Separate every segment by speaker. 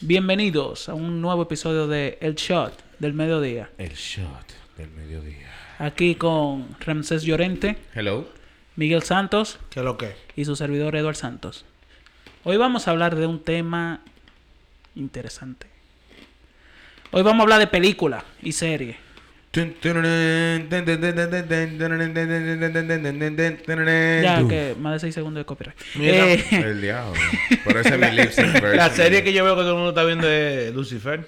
Speaker 1: Bienvenidos a un nuevo episodio de El Shot del Mediodía.
Speaker 2: El shot del mediodía.
Speaker 1: Aquí con Ramsés Llorente,
Speaker 2: Hello.
Speaker 1: Miguel Santos
Speaker 3: ¿Qué es lo que?
Speaker 1: y su servidor Eduard Santos. Hoy vamos a hablar de un tema interesante. Hoy vamos a hablar de película y serie. Ya que más de 6 segundos de copyright.
Speaker 3: Eh, Mira,
Speaker 1: Eh,
Speaker 2: El diablo. Por eso es mi lip sync version.
Speaker 3: La serie que yo veo que todo el mundo está viendo es Lucifer.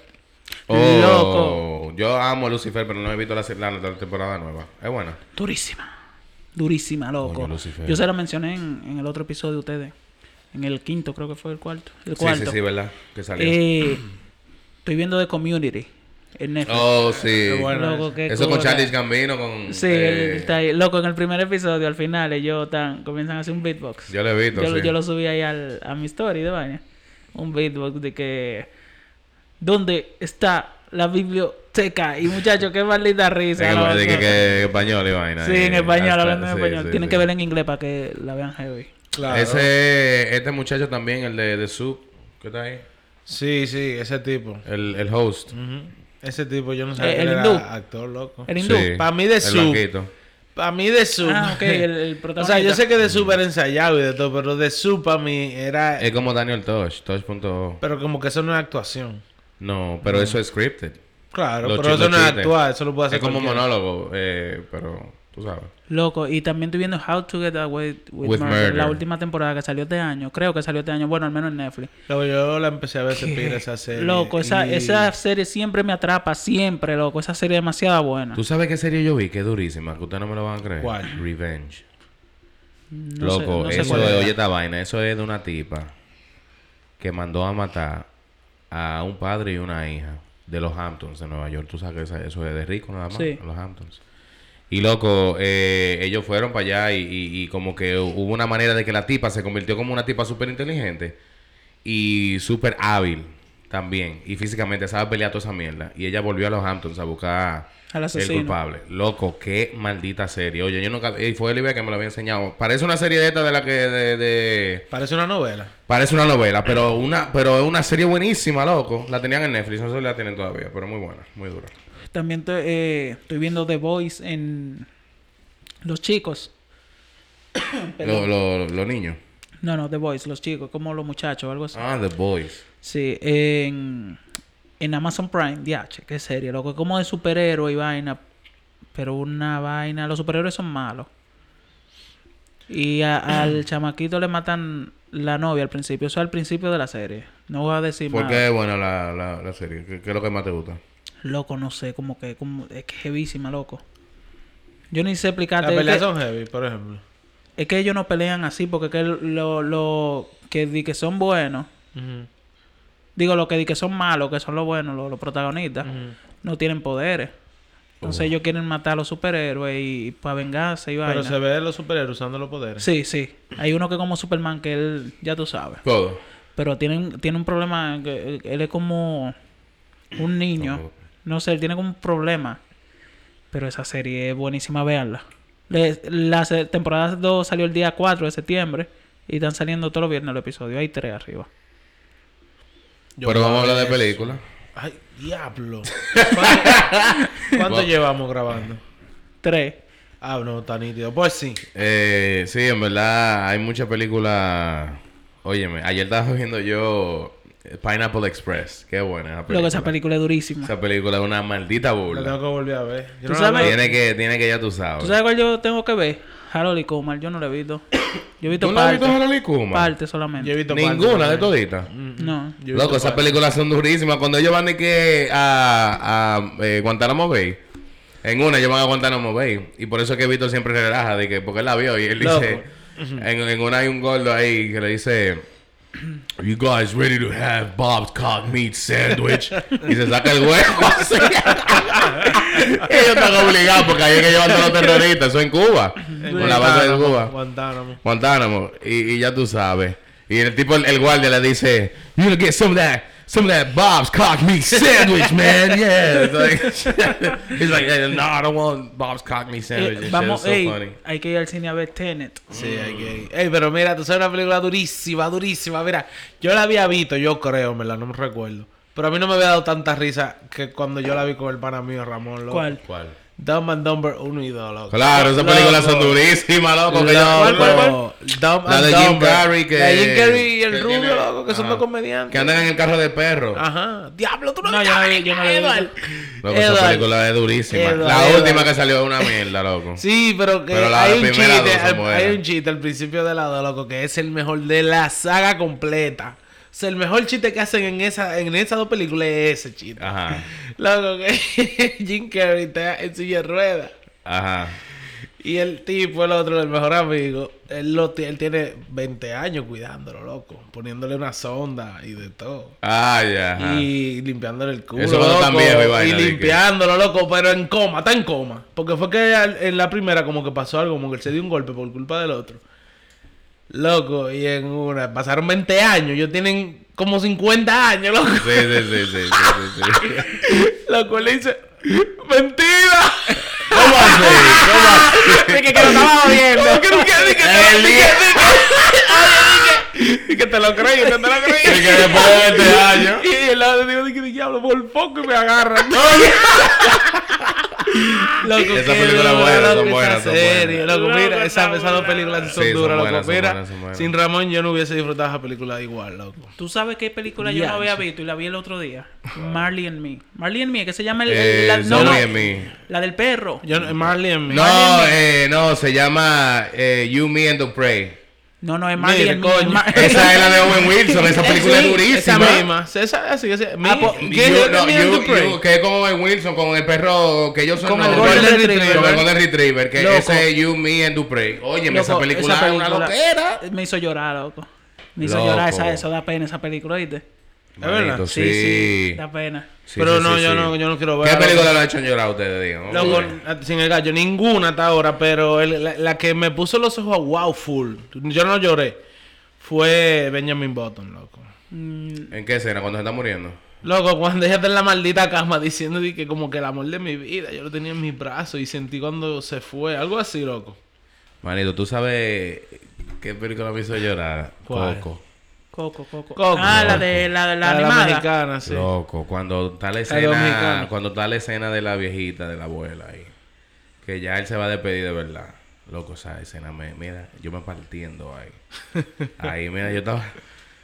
Speaker 2: Oh, Yo amo a Lucifer, pero no he visto la, se- la- la temporada nueva. Es buena.
Speaker 1: Durísima. Durísima, loco.
Speaker 2: Coño, Lucifer.
Speaker 1: Yo se la mencioné en, en el otro episodio de ustedes. En el quinto, creo que fue el cuarto. El
Speaker 2: Sí,
Speaker 1: cuarto.
Speaker 2: sí, sí, ¿verdad? Que salió.
Speaker 1: Eh, estoy viendo The Community en Netflix.
Speaker 2: oh, sí.
Speaker 3: Qué bueno.
Speaker 1: Loco, qué
Speaker 2: Eso con
Speaker 1: cura.
Speaker 2: Charlie Gambino, con...
Speaker 1: Sí,
Speaker 2: eh,
Speaker 1: él está ahí. Loco, en el primer episodio, al final, ellos tan, comienzan a hacer un beatbox.
Speaker 2: Yo lo he visto,
Speaker 1: Yo, lo-
Speaker 2: sí.
Speaker 1: yo lo subí ahí al- a mi story de vaina. Un beatbox de que... ¿Dónde está la biblioteca? Y muchachos, qué maldita risa.
Speaker 2: Eh,
Speaker 1: loco.
Speaker 2: que- que- que- español y vaina.
Speaker 1: Sí, en
Speaker 2: eh,
Speaker 1: español,
Speaker 2: hasta-
Speaker 1: hablando en
Speaker 2: sí,
Speaker 1: español.
Speaker 2: sí,
Speaker 1: Tienen
Speaker 2: sí.
Speaker 1: que ver en inglés para que la vean heavy.
Speaker 3: Claro.
Speaker 2: Ese, este muchacho también, el de, de Soup, ¿qué está ahí?
Speaker 3: Sí, sí, ese tipo.
Speaker 2: El, el host.
Speaker 3: Ujú. Ese tipo, yo no sabía
Speaker 1: Eh,
Speaker 3: que
Speaker 1: el
Speaker 3: él
Speaker 1: hindú.
Speaker 3: era actor, loco.
Speaker 1: El hindú.
Speaker 2: Sí,
Speaker 3: Pa' mí de
Speaker 2: el
Speaker 3: Soup.
Speaker 2: blanquito.
Speaker 3: Para mí de Sub.
Speaker 1: Ah, ok, el, el
Speaker 3: o
Speaker 1: protagonista.
Speaker 3: sea, yo sé que de Sub era ensayado y de todo, pero de Sub para mí era...
Speaker 2: Es como Daniel Tosh, Tosh.o.
Speaker 3: Pero como que eso no es actuación.
Speaker 2: No, pero eso es scripted.
Speaker 3: Claro,
Speaker 2: Los
Speaker 3: pero
Speaker 2: chi- los
Speaker 3: eso no es
Speaker 2: chistes.
Speaker 3: actuar, eso lo puede hacer
Speaker 2: Es como
Speaker 3: cualquiera.
Speaker 2: monólogo, eh, pero tú sabes.
Speaker 1: Loco, y también estoy viendo How to Get Away with,
Speaker 2: With
Speaker 1: murder,
Speaker 2: Murder.
Speaker 1: la última temporada que salió este año. Creo que salió este año, bueno, al menos en Netflix.
Speaker 3: Loco, yo la empecé a ver ese
Speaker 1: Que-
Speaker 3: pira, esa serie.
Speaker 1: Loco, esa,
Speaker 3: y-
Speaker 1: esa serie siempre me atrapa, siempre, loco. Esa serie es demasiado buena.
Speaker 2: ¿Tú sabes qué serie yo vi? Que es durísima, que ustedes no me lo van a creer.
Speaker 3: Ah. ¿Cuál?
Speaker 2: Revenge.
Speaker 1: No sé-
Speaker 2: Loco,
Speaker 1: no sé
Speaker 2: eso
Speaker 1: cuál
Speaker 2: es,
Speaker 1: era.
Speaker 2: oye esta vaina, eso es de una tipa que mandó a matar a un padre y una hija de los Hamptons de Nueva York. Tú sabes que esa- eso es de rico nada más,
Speaker 1: Sí.
Speaker 2: los Hamptons. Y loco, eh, ellos fueron para allá y, y- y como que hubo una manera de que la tipa se convirtió como una tipa súper inteligente y súper hábil también. Y físicamente sabe pelear toda esa mierda. Y ella volvió a los Hamptons a buscar
Speaker 1: Al asesino.
Speaker 2: el culpable. Loco, qué maldita serie. Oye, yo nunca... Y fue Olivia que me lo había enseñado. Parece una serie de esta de la que... De, de-
Speaker 3: Parece una novela.
Speaker 2: Parece una novela, pero una pero es una serie buenísima, loco. La tenían en Netflix, no sé si la tienen todavía, pero muy buena, muy dura.
Speaker 1: También estoy, eh, estoy viendo The Voice en Los Chicos.
Speaker 2: Lo-
Speaker 1: Perdón.
Speaker 2: lo- Los niños.
Speaker 1: No, no, The Voice, Los Chicos, como Los Muchachos, algo así.
Speaker 2: Ah, The Boys.
Speaker 1: Sí, en, en Amazon Prime, DH, qué serie, loco. Como de superhéroe y vaina. Pero una vaina. Los superhéroes son malos. Y a- al chamaquito le matan la novia al principio. Eso es al principio de la serie. No voy a decir
Speaker 2: ¿Por
Speaker 1: más.
Speaker 2: qué es buena la, la, la serie? ¿Qué, qué es lo que más te gusta?
Speaker 1: Loco, no sé, como que como, es que es heavísima, loco. Yo ni sé explicarte.
Speaker 3: Las
Speaker 1: Es
Speaker 3: peleas
Speaker 1: que,
Speaker 3: son heavy, por ejemplo.
Speaker 1: es que ellos no pelean así porque es que lo, lo que di que son buenos.
Speaker 3: Ujú,
Speaker 1: Digo, lo que di que son malos, que son los buenos, los, los protagonistas.
Speaker 3: ujú.
Speaker 1: no tienen poderes. Entonces ellos quieren matar a los superhéroes y, para vengarse y vaina.
Speaker 3: Pero se ve los superhéroes usando los poderes.
Speaker 1: Sí, sí. Hay uno que es como Superman que él, ya tú sabes.
Speaker 2: Todo.
Speaker 1: Pero tiene, un- tiene un problema, que él- él es como un niño. No sé, él tiene como un problema. Pero esa serie es buenísima, véanla. Le- la se- temporada 2 salió el día 4 de septiembre y están saliendo todos los viernes los episodios. Hay tres arriba.
Speaker 3: Yo
Speaker 2: pero
Speaker 3: voy
Speaker 2: vamos a hablar de
Speaker 3: ver eso.
Speaker 2: películas.
Speaker 3: Ay, diablo. ¿Cuánto, cuánto
Speaker 2: Wow.
Speaker 3: llevamos grabando?
Speaker 1: Tres.
Speaker 3: Ah, no, está nítido. Pues sí.
Speaker 2: Eh, sí, en verdad hay muchas películas. Óyeme, ayer estaba viendo yo eh, Pineapple Express. Qué buena esa película.
Speaker 1: Luego esa película es durísima.
Speaker 2: Esa película es una maldita
Speaker 3: Lo
Speaker 2: burla.
Speaker 3: tengo que volver a ver. Yo
Speaker 1: ¿Tú
Speaker 3: no la
Speaker 1: sabes?
Speaker 3: veo.
Speaker 2: Tiene que, tiene que ya tú sabes.
Speaker 1: ¿Tú sabes cuál yo tengo que ver? Harold y Kumar. Yo no lo he visto. Yo he visto
Speaker 2: ¿Tú no has
Speaker 1: parte.
Speaker 2: visto Harold y Kumar?
Speaker 1: parte
Speaker 3: Yo he
Speaker 1: solamente.
Speaker 3: visto
Speaker 2: Ninguna de
Speaker 3: partes,
Speaker 2: toditas.
Speaker 1: No.
Speaker 3: mm. Yo he
Speaker 2: Loco,
Speaker 3: visto
Speaker 2: esas
Speaker 3: partes.
Speaker 2: películas son durísimas. Cuando ellos van de que a, a eh, Guantánamo Bay, en una ellos van a Guantánamo Bay. Y por eso es que Víctor siempre relaja, de que, porque él la vio y él
Speaker 1: Loco.
Speaker 2: dice, en, en una hay un gordo ahí que le dice, Are you guys ready to have Bob's cock meat sandwich? y se saca el huevo así. ellos están obligados porque ahí es que llevan todos los terroristas. Eso en Cuba, con la base de
Speaker 3: Guantánamo,
Speaker 2: Cuba.
Speaker 3: Guantánamo.
Speaker 2: Guantánamo. Y, y ya tú sabes. Y el tipo, el, el guardia le dice, You gonna get some of that some of that Bob's cock meat sandwich, man. Yeah. It's like, he's like, "Hey, no, I don't want Bob's cock meat sandwich.
Speaker 1: Eh,
Speaker 2: and shit. It's
Speaker 1: vamos,
Speaker 2: so
Speaker 1: ey,
Speaker 2: funny.
Speaker 1: hay que ir al cine a ver Tenet.
Speaker 3: Sí,
Speaker 2: Mm.
Speaker 3: hay que... Ey, pero mira, tú sabes una película durísima, durísima. Mira, yo la había visto, yo creo, me la no me recuerdo. Pero a mí no me había dado tanta risa que cuando yo la vi con el pana mío, Ramón. Loco.
Speaker 1: ¿Cuál?
Speaker 2: ¿Cuál?
Speaker 3: Dumb and Dumber 1 y 2, loco.
Speaker 2: Claro, esas
Speaker 3: Loco.
Speaker 2: películas son durísimas, loco. que yo-
Speaker 3: Loco.
Speaker 1: cuál, cuál?
Speaker 3: Dumb
Speaker 2: La
Speaker 3: and
Speaker 2: de Jim
Speaker 3: Dumber.
Speaker 2: Carrey que-
Speaker 3: La de Jim Carrey y el
Speaker 2: que
Speaker 3: rubio,
Speaker 2: tiene-
Speaker 3: loco, que son
Speaker 2: Ajá.
Speaker 3: dos comediantes.
Speaker 2: que andan en el carro de perro.
Speaker 3: Ajá. Diablo, tú no,
Speaker 1: No,
Speaker 3: la
Speaker 1: yo no
Speaker 3: has
Speaker 1: vi-
Speaker 3: visto,
Speaker 1: yo no la he visto.
Speaker 3: Edward.
Speaker 2: Loco, esa
Speaker 3: Edward.
Speaker 2: película es durísima.
Speaker 3: Edward,
Speaker 2: la
Speaker 3: Edward.
Speaker 2: última que salió es una mierda, loco.
Speaker 3: Sí, pero que
Speaker 2: Pero la
Speaker 3: hay, un
Speaker 2: primera
Speaker 3: chiste,
Speaker 2: dos son
Speaker 3: al-
Speaker 2: buenas.
Speaker 3: hay un chiste al principio de la dos, loco, que es el mejor de la saga completa. O sea, el mejor chiste que hacen en esa en esas dos películas es ese chiste.
Speaker 2: Ajá.
Speaker 3: Loco, que Jim Carrey está en silla de ruedas.
Speaker 2: Ajá.
Speaker 3: Y el tipo, el otro, el mejor amigo, él, lo, ti- él tiene 20 años cuidándolo, loco. Poniéndole una sonda y de todo.
Speaker 2: Ah, ya. ajá.
Speaker 3: Y limpiándole el culo.
Speaker 2: Eso cuando
Speaker 3: loco,
Speaker 2: están viejos y
Speaker 3: y
Speaker 2: vaina, de que-
Speaker 3: limpiándolo, loco, pero en coma, está en coma. Porque fue que al- en la primera como que pasó algo, como que él se dio un golpe por culpa del otro. Loco, y en una, pasaron 20 años, ellos tienen como 50 años, loco.
Speaker 2: Sí, sí, sí, sí, sí, sí, sí.
Speaker 3: Loco, él le dice, mentira.
Speaker 2: ¿Cómo así? ¿Cómo así?
Speaker 3: De que, que lo estaba jodiendo. que que, que te lo creí, que te lo creí.
Speaker 2: Y que después de 20 años.
Speaker 3: Y el lado digo, ¿de qué diablo? Por poco y me agarran. Loco,
Speaker 2: Esa
Speaker 3: qué
Speaker 2: película
Speaker 3: duro,
Speaker 2: buena, son
Speaker 3: loco,
Speaker 2: buenas,
Speaker 3: esa
Speaker 2: son
Speaker 3: serie,
Speaker 2: buenas.
Speaker 3: Loco,
Speaker 1: Loco,
Speaker 3: mira, esa-
Speaker 1: está
Speaker 3: esas dos
Speaker 1: buena.
Speaker 3: películas sí son
Speaker 2: Sí, son
Speaker 3: duras,
Speaker 2: buenas,
Speaker 3: loco.
Speaker 2: son
Speaker 3: Mira,
Speaker 2: buenas, son buenas.
Speaker 3: sin Ramón yo no hubiese disfrutado esa película igual, loco.
Speaker 1: ¿Tú sabes qué película yo
Speaker 3: Ya,
Speaker 1: no había
Speaker 3: sí.
Speaker 1: visto y la vi el otro día? Marley and Me. Marley and Me, que se llama el... el-
Speaker 2: Ah. Eh,
Speaker 1: la, no,
Speaker 2: Zombie
Speaker 1: no,
Speaker 2: and Me.
Speaker 1: la del perro.
Speaker 3: Yo, Marley and me.
Speaker 2: No, eh, no, se llama eh, You, Me and the Prey.
Speaker 1: No, no, es Marley
Speaker 3: Mire,
Speaker 1: and
Speaker 3: coño.
Speaker 1: Me. es Mar-
Speaker 2: Esa es la de Owen Wilson, esa película
Speaker 3: Sí,
Speaker 2: es durísima.
Speaker 3: Esa misma. Esa, así, esa. mira,
Speaker 1: po-
Speaker 3: ¿qué
Speaker 2: You-
Speaker 3: es lo que
Speaker 2: no,
Speaker 3: me and
Speaker 2: you-
Speaker 3: the Prey?
Speaker 2: you- que es como Owen Wilson con el perro que ellos son
Speaker 1: Con el
Speaker 2: no,
Speaker 1: Golden
Speaker 2: con el-
Speaker 1: Retriever.
Speaker 2: Con el Golden Retriever, que
Speaker 1: Loco.
Speaker 2: ese es You, Me and Duprey. Oye,
Speaker 1: Loco,
Speaker 2: esa película
Speaker 1: esa
Speaker 2: es una
Speaker 1: película-
Speaker 2: loquera.
Speaker 1: Me hizo llorar, loco. Me hizo
Speaker 2: Loco.
Speaker 1: llorar esa, eso da pena esa película, ¿viste?
Speaker 3: verdad?
Speaker 2: Manito,
Speaker 1: Sí,
Speaker 2: sí.
Speaker 1: sí, da pena.
Speaker 2: Sí,
Speaker 3: Pero
Speaker 2: sí,
Speaker 3: no,
Speaker 2: sí,
Speaker 3: yo
Speaker 2: sí.
Speaker 3: no, yo no quiero ver.
Speaker 2: ¿Qué película lo ha hecho llorar a ustedes, digan?
Speaker 3: Loco, ah,
Speaker 2: Oye.
Speaker 3: sin el gallo, ninguna hasta ahora, pero el- la, la que me puso los ojos a wow full, yo no lloré, fue Benjamin Button, loco.
Speaker 1: Mm,
Speaker 2: ¿En qué escena? Cuando se está muriendo.
Speaker 3: Loco, cuando ella está en la maldita cama diciendo de que como que el amor de mi vida, yo lo tenía en mis brazos y sentí cuando se fue, algo así, loco.
Speaker 2: Manito, ¿tú sabes qué película me hizo llorar?
Speaker 3: ¿Cuál?
Speaker 2: Coco.
Speaker 1: Coco, coco.
Speaker 3: Coco.
Speaker 1: Ah, la de la, la, animada.
Speaker 3: mexicana, Ah, sí.
Speaker 2: Loco, cuando está la
Speaker 3: de los
Speaker 2: escena,
Speaker 3: mexicanos.
Speaker 2: cuando está la escena de la viejita, de la abuela ahí, que ya él se va a despedir de verdad. Loco, esa escena me, mira, yo me partiendo ahí. Ahí, mira, yo estaba, yo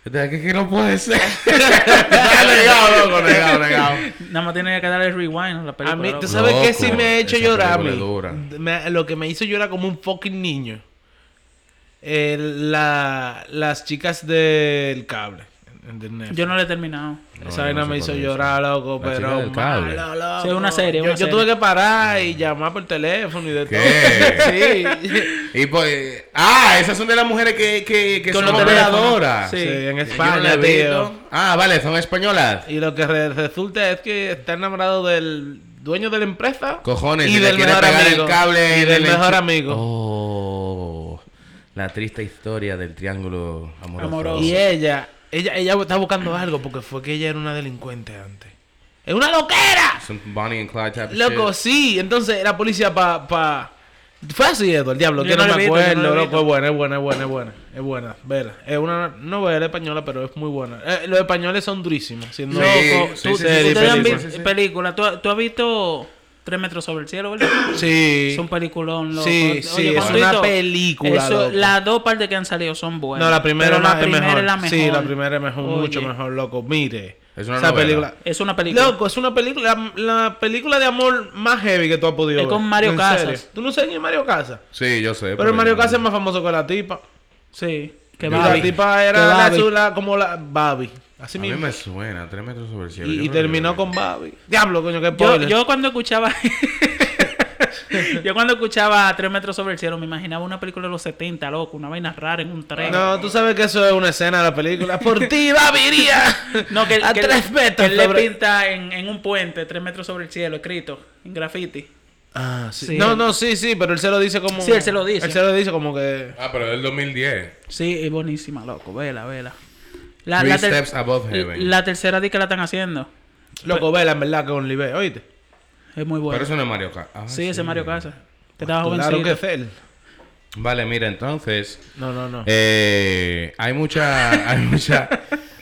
Speaker 2: estaba, ¿qué, qué no puede ser? Estaba negado, loco, negado, negado.
Speaker 1: Nada más tiene que darle rewind a la película.
Speaker 3: A mí,
Speaker 1: loco.
Speaker 3: ¿tú sabes qué
Speaker 2: Loco,
Speaker 3: sí me ha hecho
Speaker 2: esa
Speaker 3: llorar a mí?
Speaker 2: película es
Speaker 3: Me- lo que me hizo llorar como un fucking niño. Eh, la- las chicas del cable. del Netflix.
Speaker 1: Yo no la he terminado.
Speaker 2: No,
Speaker 3: Esa
Speaker 2: yo
Speaker 3: vaina
Speaker 2: no sé cuál
Speaker 3: me hizo
Speaker 2: es.
Speaker 3: llorar, loco,
Speaker 2: La chica
Speaker 3: pero
Speaker 2: del cable.
Speaker 3: malo, loco.
Speaker 1: Sí, una serie,
Speaker 3: Yo,
Speaker 1: una
Speaker 3: yo
Speaker 1: serie.
Speaker 3: tuve que parar y llamar por teléfono y de
Speaker 2: ¿Qué?
Speaker 3: todo. Sí.
Speaker 2: Y pues, ah, esas son de las mujeres que, que, que
Speaker 1: Con
Speaker 2: son
Speaker 1: los teléfonos.
Speaker 2: operadoras.
Speaker 1: Sí.
Speaker 3: Sí, en
Speaker 2: Yo no la
Speaker 3: España,
Speaker 2: he
Speaker 3: tío.
Speaker 2: visto. Ah, vale, son españolas.
Speaker 3: Y lo que re- resulta es que está enamorado del dueño de la empresa
Speaker 2: Cojones,
Speaker 3: y
Speaker 2: si le
Speaker 3: del
Speaker 2: quiere
Speaker 3: mejor
Speaker 2: pegar el
Speaker 3: amigo.
Speaker 2: cable
Speaker 3: y
Speaker 2: en
Speaker 3: del
Speaker 2: el
Speaker 3: mejor
Speaker 2: enchu-
Speaker 3: amigo.
Speaker 2: Oh, la triste historia del triángulo amoroso.
Speaker 1: Amoroso.
Speaker 3: Y ella, ella, ella está buscando algo porque fue que ella era una delincuente antes. ¡Es una loquera!
Speaker 2: Some Bonnie and Clyde type of
Speaker 3: Loco,
Speaker 2: shit.
Speaker 3: sí. Entonces la policía pa, pa... Fue así, Eduardo, el diablo.
Speaker 1: Yo
Speaker 3: Que
Speaker 1: no
Speaker 3: no,
Speaker 1: lo he
Speaker 3: me
Speaker 1: visto, yo no
Speaker 3: acuerdo,
Speaker 1: lo he
Speaker 3: loco.
Speaker 1: visto.
Speaker 3: Es buena, es buena, es buena, es buena. Es buena, vela. Es una novela española, pero es muy buena. Eh, los españoles son durísimos. Siendo
Speaker 1: Loco,
Speaker 2: Sí,
Speaker 1: tú,
Speaker 2: sí, sí, sí,
Speaker 1: ustedes
Speaker 3: sí,
Speaker 1: han
Speaker 3: sí,
Speaker 1: visto
Speaker 2: sí, sí.
Speaker 1: película. ¿Tú, tú has visto Tres metros sobre el cielo, ¿verdad?
Speaker 3: Sí.
Speaker 1: Es un peliculón, loco.
Speaker 3: Sí,
Speaker 1: Oye,
Speaker 3: sí, es
Speaker 1: cuando
Speaker 3: una
Speaker 1: hizo-
Speaker 3: película,
Speaker 1: eso-
Speaker 3: loco.
Speaker 1: Las dos partes que han salido son buenas.
Speaker 3: No, la primera,
Speaker 1: Pero
Speaker 3: es
Speaker 1: la
Speaker 3: más- es
Speaker 1: primera
Speaker 3: mejor.
Speaker 1: es la mejor.
Speaker 3: Sí, la primera es mejor, mucho
Speaker 1: Oye,
Speaker 3: mejor, loco. Mire.
Speaker 2: Es una
Speaker 3: esa
Speaker 2: novela.
Speaker 3: película.
Speaker 1: Es una película.
Speaker 3: Loco, es una película, la, la película de amor más heavy que tú has podido
Speaker 1: Es
Speaker 3: ver.
Speaker 1: con Mario
Speaker 3: En
Speaker 1: Casas.
Speaker 3: serio. ¿Tú no sabes quién es Mario Casas?
Speaker 2: Sí, yo sé.
Speaker 3: Pero Mario Casas es más famoso que la tipa.
Speaker 1: Sí. Que
Speaker 2: Yo
Speaker 3: Y
Speaker 1: va
Speaker 3: la tipa
Speaker 1: Que
Speaker 3: era la
Speaker 1: Babi.
Speaker 3: chula como la Babi. Así
Speaker 2: A mí
Speaker 3: mismo.
Speaker 2: me suena, tres metros sobre el cielo. Yo
Speaker 3: Y, y
Speaker 2: creo que
Speaker 3: terminó
Speaker 2: yo-
Speaker 3: con Babi. Diablo, coño, qué
Speaker 1: Yo,
Speaker 3: pobre.
Speaker 1: yo cuando escuchaba... yo cuando escuchaba a Tres metros sobre el cielo me imaginaba una película de los 70, loco. Una vaina rara en un tren.
Speaker 3: No, tú sabes que eso es una escena de la película. Por ti, Babi iría.
Speaker 1: No, que,
Speaker 3: a
Speaker 1: que-
Speaker 3: tres metros.
Speaker 1: que él le
Speaker 3: sobre-
Speaker 1: pinta en, en un puente, tres metros sobre el cielo, escrito, en graffiti.
Speaker 3: Ah, sí.
Speaker 1: Sí.
Speaker 3: No, no, sí, sí, pero él se lo dice como.
Speaker 1: Sí, él se lo dice.
Speaker 3: Él se lo dice como que.
Speaker 2: Ah, pero es del 2010.
Speaker 1: Sí, es buenísima, loco. Vela, vela. La,
Speaker 2: Three
Speaker 1: la ter-
Speaker 2: steps above heaven.
Speaker 1: La tercera di que la están haciendo.
Speaker 3: Loco, vela, en verdad, que Only Bay, oíste.
Speaker 1: Es muy bueno.
Speaker 2: Pero eso no es Mario Kart. Ah,
Speaker 1: sí, ese Mario Casas. Que estaba
Speaker 3: Claro
Speaker 1: jovencito.
Speaker 3: que es él.
Speaker 2: Vale, mira, entonces.
Speaker 3: No, no, no.
Speaker 2: Eh, hay mucha, hay mucha,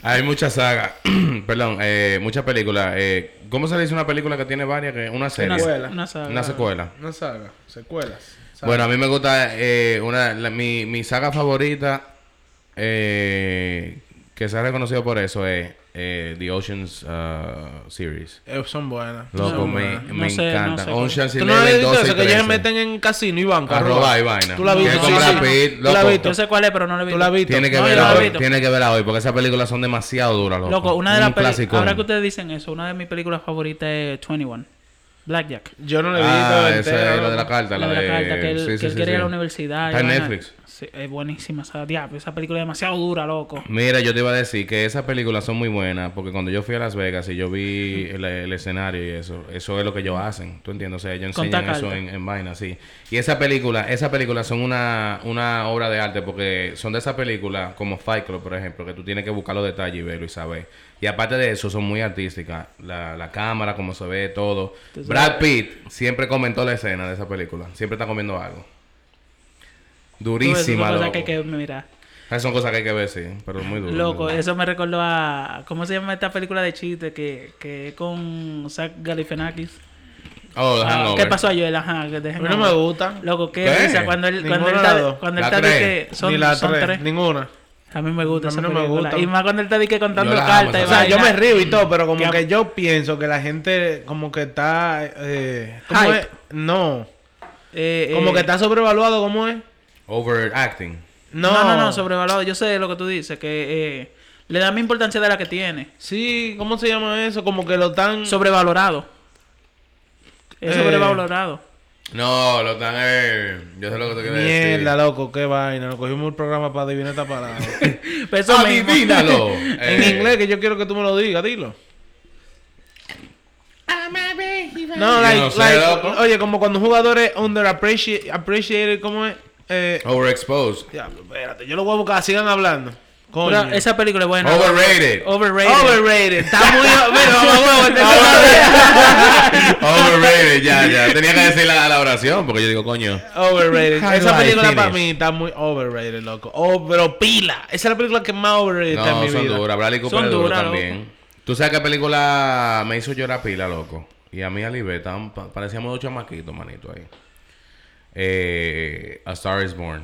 Speaker 2: hay mucha saga, perdón, eh, mucha película. Eh, ¿Cómo se le dice una película que tiene varias, que una serie?
Speaker 1: una,
Speaker 3: secuela.
Speaker 1: una saga.
Speaker 2: Una secuela.
Speaker 3: No saga, secuelas. saga.
Speaker 2: Bueno, a mí me gusta eh, una, la- mi, mi saga favorita, eh, que se ha reconocido por eso, es eh, The Ocean's uh, Series.
Speaker 3: Eh, son buenas.
Speaker 2: Loco,
Speaker 1: No,
Speaker 2: me,
Speaker 1: no
Speaker 2: me
Speaker 1: sé, no
Speaker 2: encanta.
Speaker 1: sé.
Speaker 2: Ocean's
Speaker 3: ¿Tú no has
Speaker 2: Eleven,
Speaker 3: visto
Speaker 2: 12
Speaker 3: eso?
Speaker 2: y
Speaker 3: Que ellos se
Speaker 2: 13.
Speaker 3: meten en casino y banco.
Speaker 2: A robar y vaina.
Speaker 3: Tú la
Speaker 2: Tiene
Speaker 3: viste.
Speaker 1: que
Speaker 3: Sí,
Speaker 1: comprar
Speaker 3: sí,
Speaker 2: pit,
Speaker 3: sí. Tú la
Speaker 2: loco.
Speaker 1: Yo
Speaker 3: viste.
Speaker 1: sé cuál es, pero no lo he visto.
Speaker 3: Tú la viste.
Speaker 2: Tiene que
Speaker 1: No, yo
Speaker 2: verla
Speaker 1: la he
Speaker 2: hoy,
Speaker 1: visto.
Speaker 2: tiene que verla hoy, porque esas películas son demasiado duras, loco.
Speaker 1: Loco, una de las
Speaker 2: Un clásico.
Speaker 1: películas. Ahora que ustedes dicen eso, una de mis películas favoritas es 21. Blackjack.
Speaker 3: Yo no le he visto.
Speaker 2: Ah, esa
Speaker 3: entera,
Speaker 2: es la de
Speaker 3: loco.
Speaker 2: la carta, la
Speaker 1: de
Speaker 2: de...
Speaker 1: la carta, que él,
Speaker 2: sí,
Speaker 1: que
Speaker 2: sí,
Speaker 1: él
Speaker 2: sí,
Speaker 1: quiere ir
Speaker 2: sí.
Speaker 1: a la universidad. y
Speaker 2: Está en
Speaker 1: vaina.
Speaker 2: Netflix.
Speaker 1: Sí, es buenísima esa, diablo, esa película es demasiado dura, loco.
Speaker 2: Mira, yo te iba a decir que esas películas son muy buenas porque cuando yo fui a Las Vegas y yo vi el, el escenario y eso, eso es lo que ellos hacen, ¿tú entiendes? O sea, ellos
Speaker 1: Con
Speaker 2: enseñan
Speaker 1: tacalta.
Speaker 2: eso en, en vaina, sí. Y esa película, esas películas son una, una obra de arte porque son de esas películas como Fight Club, por ejemplo, que tú tienes que buscar los detalles y verlo y saber. Y aparte de eso, son muy artísticas. La, la cámara, cómo se ve, todo.
Speaker 1: Entonces,
Speaker 2: Brad Pitt siempre comentó la escena de esa película. Siempre está comiendo algo.
Speaker 1: Tú ves,
Speaker 2: Durísima,
Speaker 1: son cosas
Speaker 2: loco.
Speaker 1: que hay que mirar.
Speaker 2: Esas Ah, son cosas que hay que ver, sí, pero muy duras.
Speaker 1: Loco, eso me recordó a. ¿Cómo se llama esta película de chiste que, que es con Zach Galifianakis?
Speaker 2: Oh, The
Speaker 1: Ah,
Speaker 2: Hangover.
Speaker 1: ¿Qué pasó ayer? Ajá, que te
Speaker 3: A mí no me gusta.
Speaker 1: Loco, qué
Speaker 2: ¿Qué?
Speaker 1: risa cuando él, cuando él
Speaker 3: Ninguna de las
Speaker 1: está,
Speaker 3: dos.
Speaker 1: cuando él
Speaker 2: La
Speaker 1: está de
Speaker 2: tres.
Speaker 1: que son,
Speaker 3: Ni la
Speaker 1: son
Speaker 3: tres,
Speaker 1: tres.
Speaker 3: Ninguna.
Speaker 1: A mí me gusta
Speaker 3: A mí
Speaker 1: esa
Speaker 3: no me
Speaker 1: película.
Speaker 3: gusta.
Speaker 1: Y más cuando él está de que contando
Speaker 2: Yo la amo,
Speaker 1: cartas. y
Speaker 2: esa
Speaker 3: O sea, yo me
Speaker 1: vaina.
Speaker 3: río y todo, pero
Speaker 1: Ya.
Speaker 3: como que yo pienso que la gente como que está... Eh, ¿cómo
Speaker 1: Hype.
Speaker 3: es? No.
Speaker 1: Eh, eh,
Speaker 3: Como que está sobrevaluado, ¿cómo es?
Speaker 2: Overacting.
Speaker 1: No, no, no, sobrevalorado. Yo sé lo que tú dices, que eh, le da más importancia de la que tiene.
Speaker 3: Sí, ¿cómo se llama eso? Como que lo están...
Speaker 1: Sobrevalorado. Es
Speaker 3: Eh.
Speaker 1: sobrevalorado.
Speaker 2: No, lo están. eh, Yo sé lo que te quiero
Speaker 3: Mierda,
Speaker 2: decir.
Speaker 3: loco, qué vaina. Nos cogimos el programa para adivinar esta palabra.
Speaker 1: Pero Pues eso mismo.
Speaker 2: Ah, Adivínalo.
Speaker 3: en
Speaker 2: Eh,
Speaker 3: inglés, que yo quiero que tú me lo digas, dilo.
Speaker 2: Yo
Speaker 3: No, like,
Speaker 2: no sé,
Speaker 3: like,
Speaker 2: loco.
Speaker 3: oye, como cuando un jugador es underappreciated, appreciated, ¿cómo es? Eh,
Speaker 2: Overexposed.
Speaker 3: ya, espérate, yo lo voy a buscar, sigan hablando. Coño.
Speaker 1: Pero esa película es buena.
Speaker 2: Overrated.
Speaker 1: Overrated.
Speaker 3: Overrated. Está muy. Mira, vamos a volver a
Speaker 2: Overrated, ya, ya. Tenía que decir la, la oración porque yo digo, coño.
Speaker 3: Overrated.
Speaker 2: How do
Speaker 3: Esa
Speaker 2: I
Speaker 3: película para
Speaker 2: finish?
Speaker 3: mí está muy overrated, loco. Oh, pero pila. Esa es la película que más overrated está en
Speaker 2: No,
Speaker 3: mi
Speaker 2: son
Speaker 3: vida.
Speaker 2: duras. Bradley Cooper
Speaker 1: Son
Speaker 2: es duro
Speaker 1: duras,
Speaker 2: también. Tú sabes qué película me hizo llorar pila, loco. Y a mí a Libé, estaban- pa- parecíamos dos chamaquitos, manito, ahí. Eh, a Star is Born.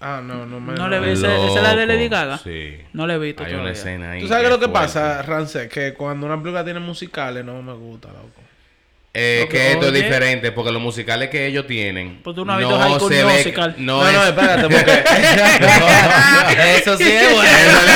Speaker 3: Ah, no, no me.
Speaker 1: No le ve- ¿Esa- esa es la de Lady
Speaker 2: Loco,
Speaker 1: Gaga?
Speaker 2: Sí.
Speaker 1: No la he visto
Speaker 2: Hay una
Speaker 1: todavía.
Speaker 2: escena ahí.
Speaker 3: ¿Tú sabes qué es lo que
Speaker 2: fuerte.
Speaker 3: pasa, Rancé? Que cuando una película tiene musicales, no me gusta, loco.
Speaker 2: Eh,
Speaker 1: Lo que-
Speaker 2: que esto es
Speaker 1: oye.
Speaker 2: diferente porque los musicales que ellos tienen.
Speaker 1: Pues tú no has visto High School Musical.
Speaker 2: No,
Speaker 3: no,
Speaker 2: es-
Speaker 3: no, espérate, porque. eso sí es
Speaker 2: Eso le-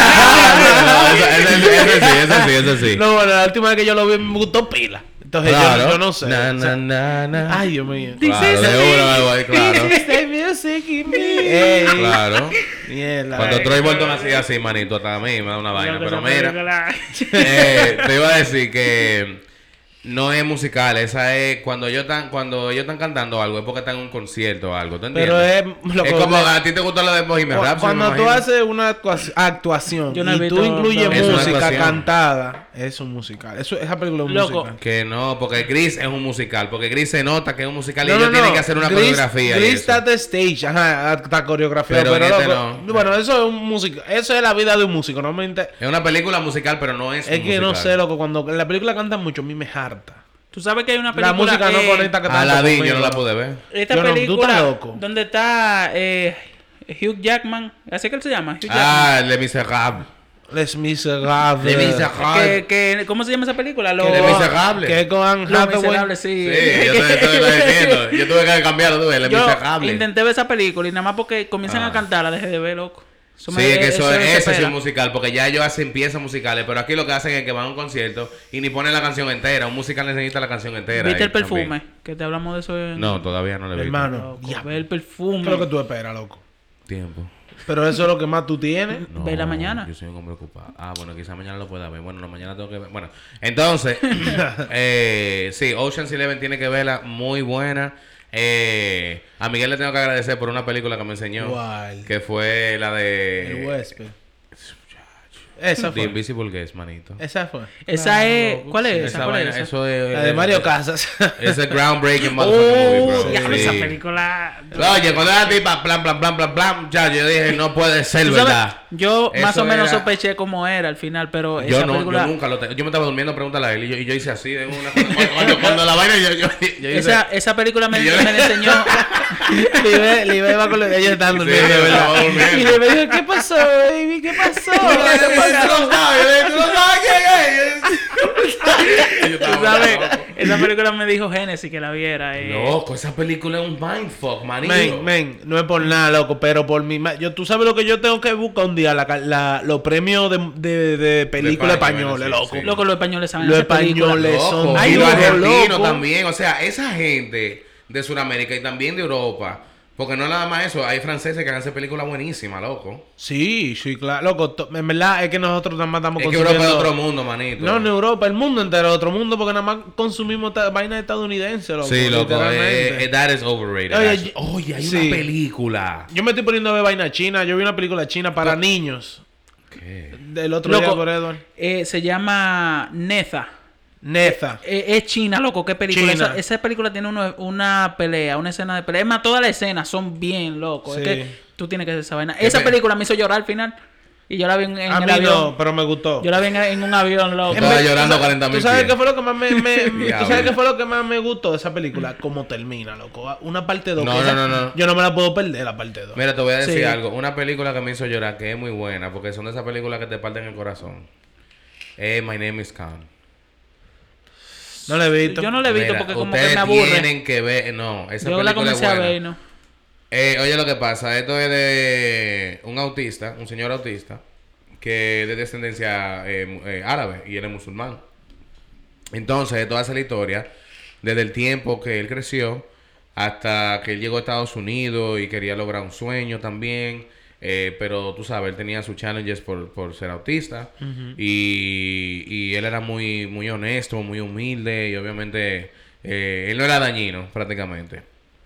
Speaker 2: no, eso- eso- eso- eso sí, eso sí, eso sí.
Speaker 3: No, bueno, la última vez que yo lo vi me gustó pila. Entonces yo-
Speaker 2: Claro.
Speaker 3: yo, no sé.
Speaker 2: Na,
Speaker 3: o
Speaker 2: na,
Speaker 3: sea,
Speaker 2: na, na.
Speaker 3: Ay, Dios mío.
Speaker 1: This
Speaker 2: Claro,
Speaker 1: is
Speaker 2: seguro,
Speaker 1: me.
Speaker 2: algo ahí, claro.
Speaker 1: This is music in me.
Speaker 3: Ey,
Speaker 2: Claro.
Speaker 3: mierda.
Speaker 2: Cuando Troy Bolton hacía así, manito, hasta a mí me da una vaina.
Speaker 1: Loco,
Speaker 2: Pero
Speaker 1: esa
Speaker 2: mira.
Speaker 1: película.
Speaker 2: Eh, te iba a decir que no es musical, esa es cuando ellos están cuando ellos están cantando algo, es porque están en un concierto o algo, ¿tú
Speaker 3: Pero
Speaker 2: entiendes?
Speaker 3: es lo
Speaker 2: es
Speaker 3: que-
Speaker 2: como a ti te gusta lo de Bohemian
Speaker 3: Cu-
Speaker 2: Rhapsody, me
Speaker 3: Cuando tú
Speaker 2: imagino.
Speaker 3: haces una actua- actuación
Speaker 1: Yo no he
Speaker 3: y
Speaker 1: visto-
Speaker 3: tú incluyes
Speaker 1: no, no.
Speaker 2: Es una
Speaker 3: música
Speaker 2: actuación.
Speaker 3: cantada, eso es musical. Eso, esa película es
Speaker 1: Loco.
Speaker 3: musical.
Speaker 2: que no, porque Gris es un musical, porque Gris se nota que es un musical y
Speaker 3: No,
Speaker 2: ellos
Speaker 3: no, no.
Speaker 2: tienen que hacer una
Speaker 3: Gris-
Speaker 2: coreografía. y
Speaker 3: Gris
Speaker 2: eso.
Speaker 3: está de stage, ajá, está coreografiado.
Speaker 2: Pero
Speaker 3: Pero,
Speaker 2: en este
Speaker 3: loco,
Speaker 2: no.
Speaker 3: bueno, eso es un músico. Eso es la vida de un músico. No me inter-
Speaker 2: Es una película musical, pero no es
Speaker 3: Es
Speaker 2: un
Speaker 3: que no
Speaker 2: musical.
Speaker 3: sé, loco. Cuando en la película cantan mucho, a mí me harta.
Speaker 1: Tú sabes que hay una
Speaker 3: La
Speaker 1: película.
Speaker 3: música no
Speaker 1: eh,
Speaker 3: conecta que tanto
Speaker 2: Aladdin, yo
Speaker 3: conmigo.
Speaker 2: no la pude ver.
Speaker 1: Esta
Speaker 3: Yo no, tú
Speaker 1: película.
Speaker 3: estás loco.
Speaker 1: Donde está eh, Hugh Jackman. Así que él se llama. Hugh Jackman.
Speaker 2: Ah, Le Miserable.
Speaker 3: Les Miserables.
Speaker 2: Les Miserables.
Speaker 1: que, que- ¿Cómo se llama esa película? Lo,
Speaker 2: Le
Speaker 1: Los
Speaker 2: Miserable.
Speaker 3: Que es con Anne Hathaway.
Speaker 1: Miserables, sí.
Speaker 2: Sí, yo te te lo estoy diciendo. Yo tuve que cambiarlo, tuve Le
Speaker 1: Yo
Speaker 2: Miserable.
Speaker 1: intenté ver esa película y nada más porque comienzan
Speaker 2: Ah.
Speaker 1: a cantarla, dejé de ver, loco. Eso
Speaker 2: Sí,
Speaker 1: me-
Speaker 2: es que eso,
Speaker 1: me
Speaker 2: ese es
Speaker 1: desespera.
Speaker 2: un musical, porque ya ellos hacen piezas musicales, pero aquí lo que hacen es que van a un concierto y ni ponen la canción entera. Un musical necesita la canción entera.
Speaker 1: ¿Viste
Speaker 2: ahí
Speaker 1: el perfume?
Speaker 2: también.
Speaker 1: Que te hablamos de eso en...
Speaker 2: No, todavía no le vi.
Speaker 3: Hermano.
Speaker 1: Loco,
Speaker 3: Diablo.
Speaker 1: ve el
Speaker 3: ¿Qué
Speaker 1: perfume.
Speaker 3: es lo que tú esperas, loco?
Speaker 2: Tiempo.
Speaker 3: Pero eso es lo que más tú tienes.
Speaker 2: No,
Speaker 1: Ve la mañana.
Speaker 2: Yo soy un hombre ocupado. Ah, bueno, quizá mañana lo pueda ver. Bueno, no, mañana tengo que ver. Bueno, entonces, eh, sí, Ocean's Eleven tiene que verla muy buena. Eh, a Miguel le tengo que agradecer por una película que me enseñó.
Speaker 3: ¿Cuál?
Speaker 2: Eh, Que fue la de...
Speaker 3: El huésped. Esa
Speaker 2: The
Speaker 3: fue.
Speaker 2: Invisible Guest, manito.
Speaker 3: Esa fue.
Speaker 1: Esa es. ¿Cuál es esa?
Speaker 2: Esa
Speaker 1: ¿Cuál es
Speaker 2: vaina,
Speaker 1: esa?
Speaker 2: eso de...
Speaker 3: La de Mario Casas.
Speaker 2: Es el groundbreaking motherfucking movie,
Speaker 3: Oh,
Speaker 2: bro.
Speaker 1: Ya,
Speaker 2: Sí.
Speaker 1: esa película.
Speaker 2: Oye, cuando era tipa, plan, plan, plan, plan, plan, ya, yo dije, no puede ser,
Speaker 1: Tú sabes,
Speaker 2: ¿verdad?
Speaker 1: Yo más
Speaker 2: Eso
Speaker 1: o menos
Speaker 2: era-
Speaker 1: sospeché cómo era al final, pero
Speaker 2: Yo
Speaker 1: esa
Speaker 2: no,
Speaker 1: película.
Speaker 2: yo nunca lo tengo. Yo me estaba durmiendo, pregúntale a él. Y yo, y yo hice así de una. Cuando, cuando la vaina, yo, yo, yo hice.
Speaker 1: Esa, esa película me,
Speaker 2: Y yo-
Speaker 1: me la enseñó.
Speaker 3: Libe, Libe va con los... Ellos están
Speaker 2: Sí,
Speaker 3: durmiendo,
Speaker 2: de verdad, va
Speaker 1: y
Speaker 2: durmiendo.
Speaker 1: me dijo, ¿qué pasó, baby? ¿Qué pasó?
Speaker 2: Tú no sabes, tú no sabes quién es. Yo
Speaker 1: Tú
Speaker 2: estaba
Speaker 1: sabes,
Speaker 2: loco.
Speaker 1: esa película me dijo Genesis que la viera. eh.
Speaker 2: Loco, esa película es un mindfuck, manito.
Speaker 3: Men, men, no es por nada, loco, pero por mi... ma- Yo, tú sabes lo que yo tengo que buscar un día, la, ca- la- los premios de, de, de película
Speaker 2: De España,
Speaker 3: española,
Speaker 2: bueno,
Speaker 3: loco.
Speaker 2: sí, sí.
Speaker 1: Loco, los españoles saben
Speaker 3: Los
Speaker 1: hacer películas.
Speaker 3: españoles.
Speaker 2: Loco,
Speaker 3: son
Speaker 2: y los
Speaker 3: duros,
Speaker 2: argentinos
Speaker 3: loco.
Speaker 2: también. O sea, esa gente de Sudamérica y también de Europa. Porque no es nada más eso. Hay franceses que hacen películas buenísimas, loco.
Speaker 3: Sí, sí, claro. Loco, to- en verdad es que nosotros nada más estamos
Speaker 2: Es que Europa es
Speaker 3: consumiendo-
Speaker 2: otro mundo, manito.
Speaker 3: No, en Europa, el mundo entero, otro mundo, porque nada más consumimos ta- vaina estadounidense, loco.
Speaker 2: Sí, loco.
Speaker 3: literalmente.
Speaker 2: eh, eh, that is overrated.
Speaker 3: Oye,
Speaker 2: actually.
Speaker 3: yo-
Speaker 2: Oye, hay
Speaker 3: sí.
Speaker 2: una película.
Speaker 3: Yo me estoy poniendo a ver vaina china. Yo vi una película china para niños.
Speaker 2: ¿Qué?
Speaker 3: Del otro
Speaker 1: Loco.
Speaker 3: día por Edward.
Speaker 1: Eh, se llama Neza.
Speaker 3: Neza.
Speaker 1: Eh, es China, loco, qué película.
Speaker 3: China.
Speaker 1: Esa, esa película tiene uno- una pelea, una escena de pelea. Es más, todas las escenas son bien, loco.
Speaker 3: Sí.
Speaker 1: Es que tú tienes que hacer esa vaina.
Speaker 2: Qué
Speaker 1: Esa
Speaker 2: pe-
Speaker 1: película me hizo llorar al final. Y yo la vi en, en
Speaker 3: A
Speaker 1: el
Speaker 3: mí no,
Speaker 1: avión.
Speaker 3: pero me gustó.
Speaker 1: Yo la vi en, en un avión, loco.
Speaker 2: Estaba
Speaker 3: vez-
Speaker 2: llorando
Speaker 3: tú sa-
Speaker 2: 40.000
Speaker 3: ¿Tú sabes
Speaker 2: pies.
Speaker 3: qué fue lo que más me, me- ¿tú
Speaker 2: Diablo.
Speaker 3: sabes qué fue lo que más me gustó de esa película? Cómo termina, loco. Una parte 2.
Speaker 2: No, no, no, no.
Speaker 3: Yo no me la puedo perder, la parte 2.
Speaker 2: Mira, te voy a decir
Speaker 1: Sí.
Speaker 2: algo. Una película que me hizo llorar que es muy buena, porque son de esas películas que te parten el corazón. Eh, My Name is Khan.
Speaker 3: No la he visto.
Speaker 1: Yo no la he visto
Speaker 2: Mira,
Speaker 1: porque como que
Speaker 2: ustedes
Speaker 1: me aburre.
Speaker 2: Tienen que ver. No, esa
Speaker 1: Yo
Speaker 2: película
Speaker 1: la comencé
Speaker 2: es
Speaker 1: a
Speaker 2: buena.
Speaker 1: ver y no.
Speaker 2: Eh, oye, lo que pasa, esto es de un autista, un señor autista, que es de descendencia eh, mu- eh, árabe y él es musulmán. Entonces, toda esa historia, desde el tiempo que él creció hasta que él llegó a Estados Unidos y quería lograr un sueño también. eh, pero tú sabes, él tenía sus challenges por, por ser autista. y, y él era muy, muy honesto, muy humilde y obviamente eh, él no era dañino prácticamente.